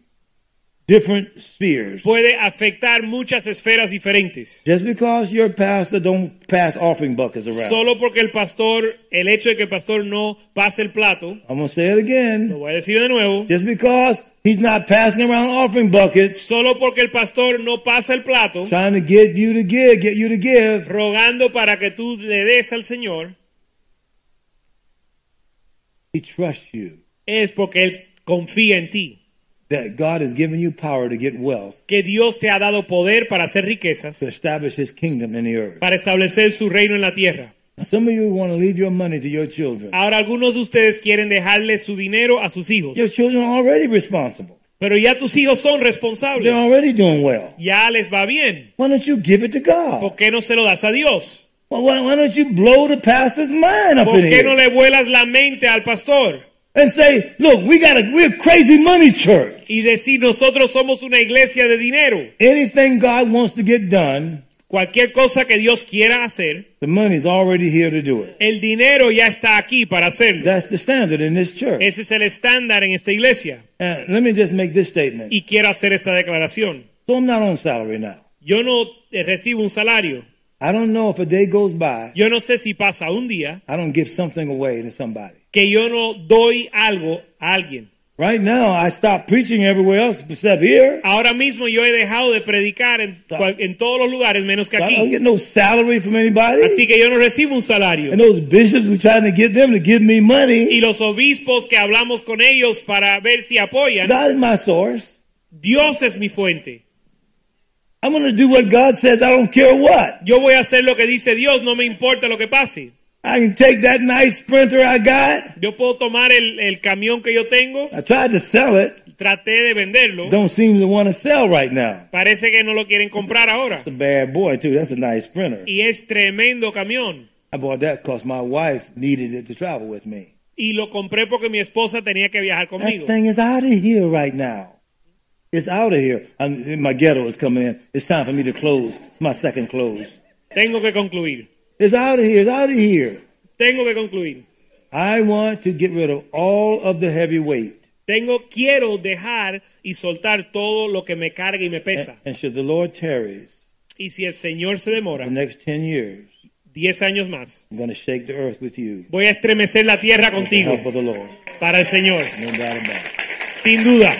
Speaker 1: different spheres.
Speaker 2: puede afectar muchas esferas diferentes.
Speaker 1: Just because your pastor don't pass offering buckets around.
Speaker 2: Solo porque el pastor, el hecho de que el pastor no pase el plato,
Speaker 1: I'm going to say it
Speaker 2: lo
Speaker 1: again.
Speaker 2: voy a decir de nuevo,
Speaker 1: Just because he's not passing around offering buckets
Speaker 2: solo porque el pastor no pasa el plato,
Speaker 1: trying to get you to give, get you to give,
Speaker 2: rogando para que tú le des al Señor,
Speaker 1: he trusts you
Speaker 2: es porque Él confía en ti,
Speaker 1: that God has given you power to get wealth,
Speaker 2: que Dios te ha dado poder para hacer
Speaker 1: to
Speaker 2: riquezas,
Speaker 1: establish his kingdom in the earth.
Speaker 2: para establecer su reino en la tierra.
Speaker 1: Now, some of you want to leave your money to your children.
Speaker 2: Ahora algunos de ustedes quieren dejarle su dinero a sus hijos,
Speaker 1: Your children are already responsible.
Speaker 2: pero ya tus hijos son
Speaker 1: They're
Speaker 2: responsables,
Speaker 1: already doing well.
Speaker 2: ya les va bien.
Speaker 1: Why don't you give it to God?
Speaker 2: ¿Por qué no se lo das a Dios?
Speaker 1: Why, why- why don't you blow the pastor's mind up
Speaker 2: ¿Por
Speaker 1: in
Speaker 2: qué no le
Speaker 1: here
Speaker 2: vuelas la mente al pastor?
Speaker 1: and say, look, we got a, we're a crazy money church.
Speaker 2: Y decir, nosotros somos una iglesia de dinero.
Speaker 1: Anything God wants to get done,
Speaker 2: Cualquier cosa que Dios quiera hacer,
Speaker 1: the money's already here to do it.
Speaker 2: el dinero ya está aquí para hacerlo.
Speaker 1: That's the standard in this church.
Speaker 2: Ese es el estándar en esta iglesia.
Speaker 1: And let me just make this statement.
Speaker 2: Y quiero hacer esta declaración.
Speaker 1: So I'm not on salary now.
Speaker 2: Yo no eh, recibo un salario.
Speaker 1: I don't know if a day goes by,
Speaker 2: Yo no sé si pasa un día
Speaker 1: I don't give something away to somebody.
Speaker 2: que yo no doy algo a alguien.
Speaker 1: Right now, I stopped preaching everywhere else except here.
Speaker 2: Ahora mismo yo he dejado de predicar en, cual- en todos los lugares menos que
Speaker 1: I don't
Speaker 2: aquí.
Speaker 1: get no salary from anybody.
Speaker 2: Así que yo no recibo un salario.
Speaker 1: And those bishops who trying to get them to give me money,
Speaker 2: Y los obispos que hablamos con ellos para ver si apoyan,
Speaker 1: God is my source.
Speaker 2: Dios es mi fuente.
Speaker 1: I'm going to do what God says. I don't care what.
Speaker 2: Yo voy a hacer lo que dice Dios, no me importa lo que pase.
Speaker 1: I can take that nice sprinter I got.
Speaker 2: Yo puedo tomar el, el camión que yo tengo,
Speaker 1: I tried to sell it.
Speaker 2: traté de venderlo,
Speaker 1: Don't seem to want to sell right now.
Speaker 2: parece que no lo quieren comprar ahora.
Speaker 1: That's a bad boy too. That's a nice sprinter.
Speaker 2: Y es tremendo camión.
Speaker 1: I bought that because my wife needed it to travel with me.
Speaker 2: Y lo compré porque mi esposa tenía que viajar
Speaker 1: That
Speaker 2: conmigo.
Speaker 1: thing is out of here right now. It's out of here. I'm, my ghetto is coming in. It's time for me to close my second close.
Speaker 2: Tengo que concluir.
Speaker 1: It's out of here. It's out of here.
Speaker 2: Tengo que concluir.
Speaker 1: I want to get rid of all of the heavy weight.
Speaker 2: Tengo, quiero dejar y soltar todo lo que me carga y me pesa.
Speaker 1: And should the Lord tarries
Speaker 2: Y si el Señor se
Speaker 1: for
Speaker 2: demora
Speaker 1: the next 10 years,
Speaker 2: 10 años más,
Speaker 1: I'm going to shake the earth with you.
Speaker 2: voy a estremecer la tierra
Speaker 1: With the
Speaker 2: contigo
Speaker 1: help of the Lord.
Speaker 2: para el Señor,
Speaker 1: No doubt about it.
Speaker 2: sin duda.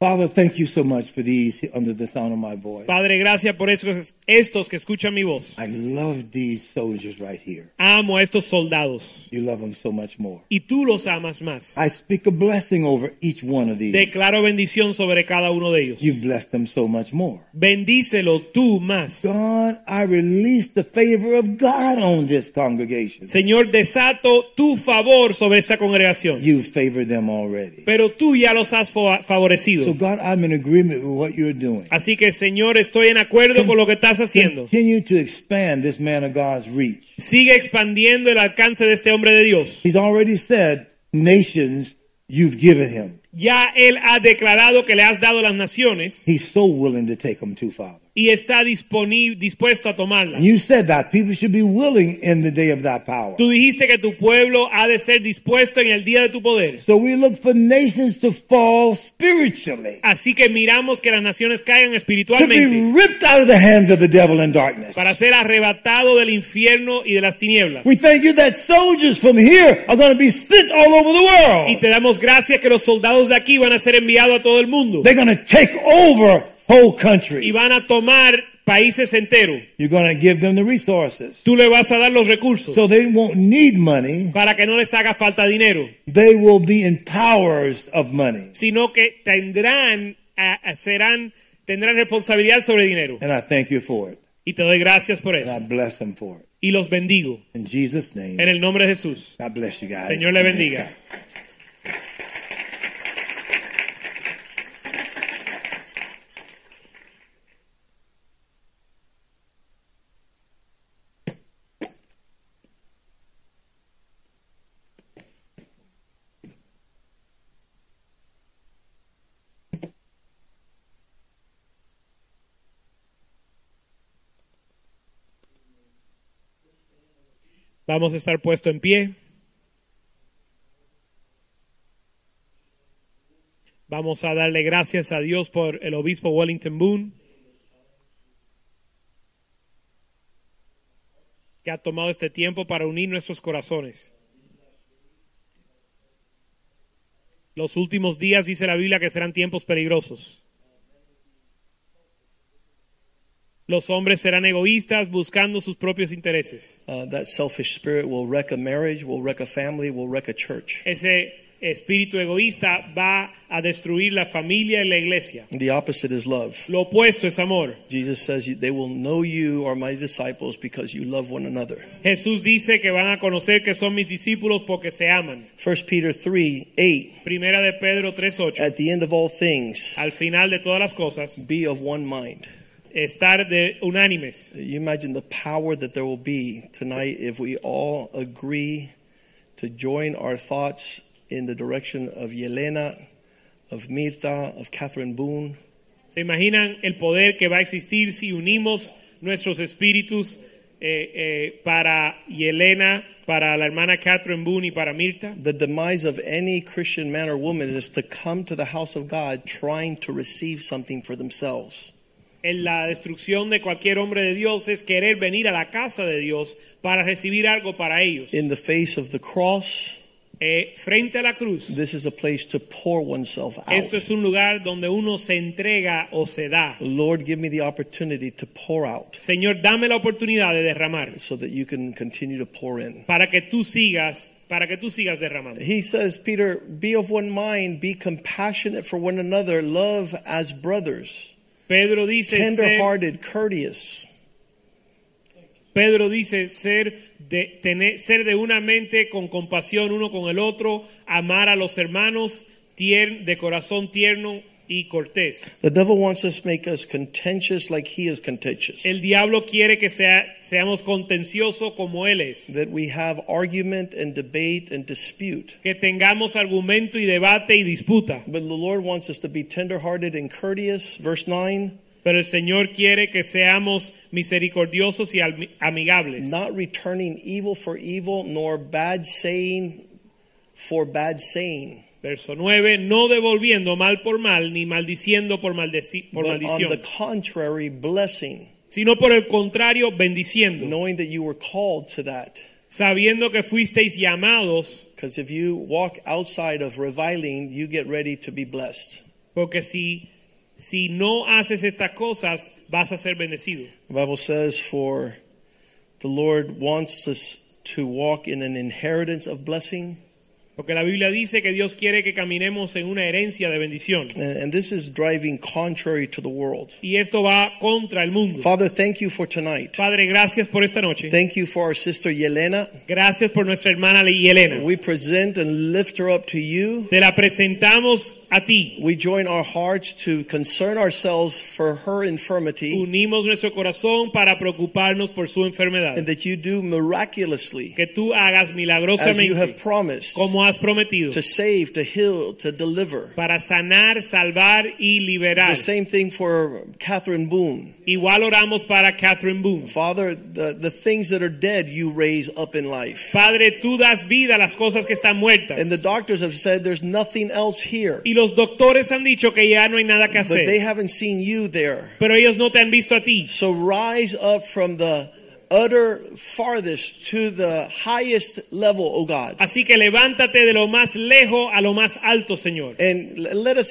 Speaker 1: Father, thank you so much for these under the sound of my voice.
Speaker 2: Padre, gracias por esos, estos que escuchan mi voz.
Speaker 1: I love these soldiers right here.
Speaker 2: Amo a estos soldados
Speaker 1: You love them so much more.
Speaker 2: y tú los amas más.
Speaker 1: I speak a blessing over each one of these.
Speaker 2: Declaro bendición sobre cada uno de ellos.
Speaker 1: You bless them so much more.
Speaker 2: Bendícelo tú más.
Speaker 1: God, I release the favor of God on this congregation.
Speaker 2: Señor, desato tu favor sobre esta congregación.
Speaker 1: You favor them already.
Speaker 2: Pero tú ya los has fa-
Speaker 1: So,
Speaker 2: favorecido.
Speaker 1: God, I'm in agreement with what you're doing.
Speaker 2: Así que, Señor, estoy en acuerdo con lo que estás haciendo.
Speaker 1: Continue to expand this man of God's reach.
Speaker 2: Sigue expandiendo el alcance de este hombre de Dios.
Speaker 1: He's already said, nations you've given him.
Speaker 2: Ya Él ha declarado que le has dado las naciones
Speaker 1: He's so willing to take them to, Father.
Speaker 2: y está disponi- dispuesto a tomarlas.
Speaker 1: And you said that people should be willing in the day of thy power.
Speaker 2: Tú dijiste que tu pueblo ha de ser dispuesto en el día de tu poder.
Speaker 1: So we look for nations to fall spiritually,
Speaker 2: Así que miramos que las naciones caigan
Speaker 1: to
Speaker 2: espiritualmente
Speaker 1: be ripped out of the hands of the devil and darkness.
Speaker 2: para ser arrebatado del infierno y de las tinieblas.
Speaker 1: We thank you that soldiers from here are going to be sent all over the
Speaker 2: Y
Speaker 1: world.
Speaker 2: te damos gracias que los soldados de aquí van a ser enviados a todo el mundo
Speaker 1: They're going to take over whole
Speaker 2: y
Speaker 1: countries.
Speaker 2: van a tomar países enteros.
Speaker 1: You're going to give them the resources.
Speaker 2: Tú le vas a dar los recursos
Speaker 1: So they won't need money.
Speaker 2: para que no les haga falta dinero,
Speaker 1: They will be in powers of money.
Speaker 2: sino que tendrán, a- a- serán, tendrán responsabilidad sobre dinero.
Speaker 1: And I thank you for it.
Speaker 2: Y te doy gracias por
Speaker 1: And
Speaker 2: eso.
Speaker 1: I bless them for it.
Speaker 2: Y los bendigo
Speaker 1: In Jesus' name.
Speaker 2: en el nombre de Jesús.
Speaker 1: God bless you guys.
Speaker 2: Señor le bendiga. Vamos a estar puesto en pie. Vamos a darle gracias a Dios por el obispo Wellington Boone, que ha tomado este tiempo para unir nuestros corazones. Los últimos días, dice la Biblia, que serán tiempos peligrosos. Los hombres serán egoístas buscando sus propios intereses.
Speaker 3: Uh, that selfish spirit will wreck a marriage, will wreck a family, will wreck a church.
Speaker 2: Ese espíritu egoísta va a destruir la familia y la iglesia.
Speaker 3: The opposite is love.
Speaker 2: Lo opuesto es amor.
Speaker 3: Jesus says, "You- They will know you are my disciples because you love one another.
Speaker 2: Jesús dice que van a conocer que son mis discípulos porque se aman.
Speaker 3: 1 Peter 3 8,
Speaker 2: Primera de Pedro 3:8.
Speaker 3: at the end of all things,
Speaker 2: Al final de todas las cosas,
Speaker 3: be of one mind.
Speaker 2: estar de unánimes.
Speaker 3: You imagine the power that there will be tonight if we all agree to join our thoughts in the direction of Yelena, of Mirta, of Catherine Boone.
Speaker 2: ¿Se imaginan el poder que va a existir si unimos nuestros espíritus eh, eh, para Yelena, para la hermana Catherine Boone y para Mirta?
Speaker 3: The demise of any Christian man or woman is to come to the house of God trying to receive something for themselves.
Speaker 2: En la destrucción de cualquier hombre de Dios es querer venir a la casa de Dios para recibir algo para ellos.
Speaker 3: In the face of the cross,
Speaker 2: Eh, frente a la cruz,
Speaker 3: this is a place to pour oneself out.
Speaker 2: esto es un lugar donde uno se entrega o se da.
Speaker 3: Lord, give me the opportunity to pour out
Speaker 2: Señor, dame la oportunidad de derramar
Speaker 3: so that you can continue to pour in.
Speaker 2: para que tú sigas, para que tú sigas derramando.
Speaker 3: He says, Peter, be of one mind, be compassionate for one another, love as brothers,
Speaker 2: Pedro dice
Speaker 3: tender
Speaker 2: ser,
Speaker 3: hearted, courteous.
Speaker 2: Pedro dice ser de tener, ser de una mente con compasión uno con el otro, amar a los hermanos, tier- de corazón tierno y cortés.
Speaker 3: The devil wants us to make us contentious like he is contentious.
Speaker 2: El diablo quiere que sea, seamos contenciosos como él es,
Speaker 3: that we have argument and debate and dispute.
Speaker 2: que tengamos argumento y debate y disputa.
Speaker 3: But the Lord wants us to be tenderhearted and courteous. Verse 9,
Speaker 2: Pero el Señor quiere que seamos misericordiosos y almi- amigables,
Speaker 3: not returning evil for evil, nor bad saying for bad saying,
Speaker 2: Verso 9, no devolviendo mal por mal, ni maldiciendo por, maldeci- por
Speaker 3: but on the
Speaker 2: maldición,
Speaker 3: contrary, blessing,
Speaker 2: sino por el contrario, bendiciendo,
Speaker 3: knowing that you were called to that.
Speaker 2: sabiendo que fuisteis llamados,
Speaker 3: Because if you walk outside of reviling, you get ready to be blessed.
Speaker 2: porque si, si no haces estas cosas, vas a ser bendecido.
Speaker 3: The Bible says, For the Lord wants us to walk in an inheritance of blessing.
Speaker 2: Porque la Biblia dice que Dios quiere que caminemos en una herencia de bendición.
Speaker 3: Uh, And, and this is driving contrary to the world.
Speaker 2: Y esto va contra el mundo.
Speaker 3: Father, thank you for tonight.
Speaker 2: Padre, gracias por esta noche.
Speaker 3: Thank you for our sister Yelena.
Speaker 2: Gracias por nuestra hermana Ley Elena.
Speaker 3: We present and lift her up to you.
Speaker 2: Te la presentamos a ti.
Speaker 3: We join our hearts to concern ourselves for her infirmity
Speaker 2: Unimos nuestro corazón para preocuparnos por su enfermedad.
Speaker 3: and that you do miraculously
Speaker 2: Que tú hagas
Speaker 3: as you have
Speaker 2: milagrosamente,
Speaker 3: promised.
Speaker 2: como nos has prometido
Speaker 3: to save, to heal, to deliver.
Speaker 2: para sanar, salvar y liberar.
Speaker 3: The same thing for Catherine Boone.
Speaker 2: Igual oramos para Catherine Boone.
Speaker 3: Father, the, the things that are dead you raise up in life.
Speaker 2: Padre, tú das vida a las cosas que están muertas.
Speaker 3: And the doctors have said there's nothing else here.
Speaker 2: Y los doctores han dicho que ya no hay nada que
Speaker 3: But they
Speaker 2: hacer.
Speaker 3: haven't seen you there.
Speaker 2: Pero ellos no te han visto a ti.
Speaker 3: So rise up from the utter farthest to the highest level, O God.
Speaker 2: Así que levántate de lo más lejos a lo más alto, Señor.
Speaker 3: And l- let us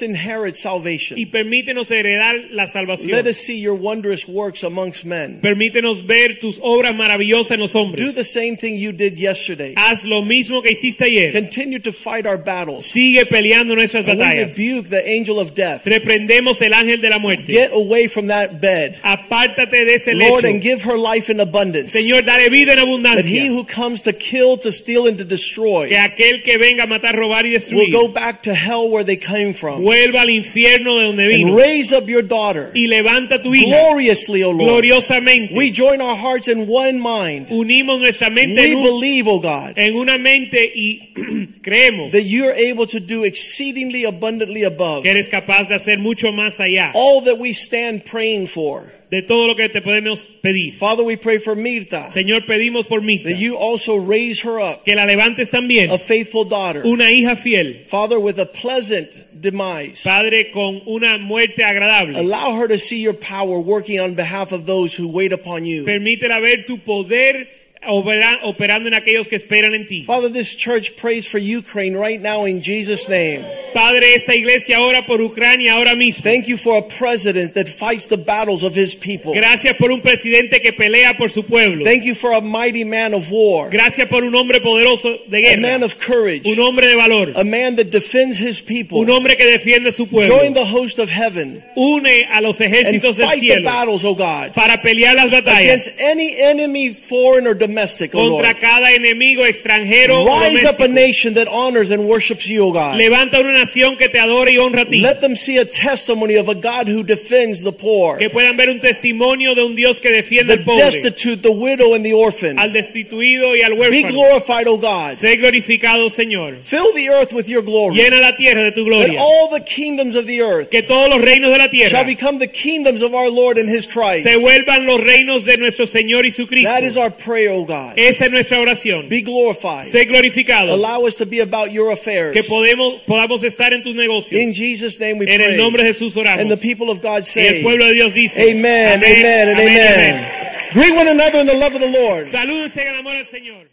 Speaker 2: Y
Speaker 3: inherit salvation.
Speaker 2: permítenos heredar la salvación.
Speaker 3: Let us see your wondrous works amongst men.
Speaker 2: Permítenos ver tus obras maravillosas en los
Speaker 3: Do
Speaker 2: hombres.
Speaker 3: the same thing you did yesterday.
Speaker 2: Haz lo mismo que hiciste ayer.
Speaker 3: Continue to fight our battles.
Speaker 2: Sigue peleando nuestras
Speaker 3: And we
Speaker 2: batallas.
Speaker 3: rebuke the angel of death.
Speaker 2: Reprendemos el ángel de la muerte.
Speaker 3: Get away from that bed.
Speaker 2: Apártate de ese
Speaker 3: Lord,
Speaker 2: lecho.
Speaker 3: and give her life in abundance.
Speaker 2: Señor, dale vida en
Speaker 3: That he
Speaker 2: abundancia.
Speaker 3: who comes to kill, to steal, and to
Speaker 2: Que
Speaker 3: destroy
Speaker 2: aquel que venga a matar, robar y
Speaker 3: will
Speaker 2: destruir
Speaker 3: go back to hell where they came from.
Speaker 2: vuelva al infierno de donde
Speaker 3: And
Speaker 2: vino.
Speaker 3: raise up your daughter
Speaker 2: Y levanta tu hija
Speaker 3: gloriously, O Lord. We
Speaker 2: gloriosamente.
Speaker 3: join our hearts in one mind.
Speaker 2: Unimos nuestra mente
Speaker 3: We
Speaker 2: en, un-
Speaker 3: believe, O God,
Speaker 2: en una mente y creemos
Speaker 3: that you're able to do exceedingly abundantly above
Speaker 2: que eres capaz de hacer mucho más allá
Speaker 3: all that we stand praying for.
Speaker 2: de todo lo que te podemos pedir.
Speaker 3: Father, we pray for Mirta,
Speaker 2: Señor, pedimos por mí
Speaker 3: that you also raise her up,
Speaker 2: que la levantes también,
Speaker 3: a faithful daughter.
Speaker 2: una hija fiel,
Speaker 3: Father, with a pleasant demise.
Speaker 2: padre con una muerte agradable.
Speaker 3: Allow her to see your power working on behalf of those who wait upon you.
Speaker 2: Permítela ver tu poder obera- operando en aquellos que esperan en ti.
Speaker 3: Father, this church prays for Ukraine right now in Jesus' name.
Speaker 2: Padre, esta iglesia ora por Ucrania ahora mismo.
Speaker 3: Thank you for a president that fights the battles of his people.
Speaker 2: Gracias por un presidente que pelea por su pueblo.
Speaker 3: Thank you for a mighty man of war,
Speaker 2: Gracias por un hombre poderoso de
Speaker 3: a
Speaker 2: guerra,
Speaker 3: man of courage,
Speaker 2: un hombre de valor,
Speaker 3: a man that defends his people.
Speaker 2: un hombre que defiende su pueblo.
Speaker 3: Join the host of heaven
Speaker 2: Une a los
Speaker 3: and
Speaker 2: ejércitos del
Speaker 3: fight the
Speaker 2: cielo
Speaker 3: battles, O God,
Speaker 2: para pelear las batallas
Speaker 3: against any enemy, foreign or domestic, O Lord.
Speaker 2: contra cada enemigo extranjero. o
Speaker 3: Rise up a
Speaker 2: doméstico.
Speaker 3: nation that honors and worships you, O God.
Speaker 2: Levanta una nación que te adore y honra a ti.
Speaker 3: Let them see a testimony of a God who defends the poor,
Speaker 2: Que puedan ver un testimonio de un Dios que defiende
Speaker 3: the
Speaker 2: al pobre,
Speaker 3: destitute, the widow, and the orphan.
Speaker 2: al destituido y al
Speaker 3: Be
Speaker 2: huérfano.
Speaker 3: glorified, O God.
Speaker 2: Sé glorificado, Señor.
Speaker 3: Fill the earth with your glory.
Speaker 2: Llena la tierra de tu
Speaker 3: That
Speaker 2: gloria.
Speaker 3: all the kingdoms of the earth
Speaker 2: Que todos los reinos de la tierra
Speaker 3: shall become the kingdoms of our Lord and his Christ.
Speaker 2: se vuelvan los reinos de nuestro Señor y su
Speaker 3: That is
Speaker 2: Cristo.
Speaker 3: our prayer, O God.
Speaker 2: Esa es nuestra oración.
Speaker 3: Be glorified.
Speaker 2: Sé glorificado.
Speaker 3: Allow us to be about your affairs.
Speaker 2: Que podemos, podamos estar en tus negocios.
Speaker 3: In Jesus' name we
Speaker 2: En el nombre
Speaker 3: pray.
Speaker 2: de Jesús oramos.
Speaker 3: And the people of God
Speaker 2: Y el
Speaker 3: say,
Speaker 2: pueblo de Dios dice.
Speaker 3: Amen, amen, and
Speaker 2: amén, amén.
Speaker 3: amen. Greet one another in the love of the Lord.
Speaker 2: Salúdense en el amor al Señor.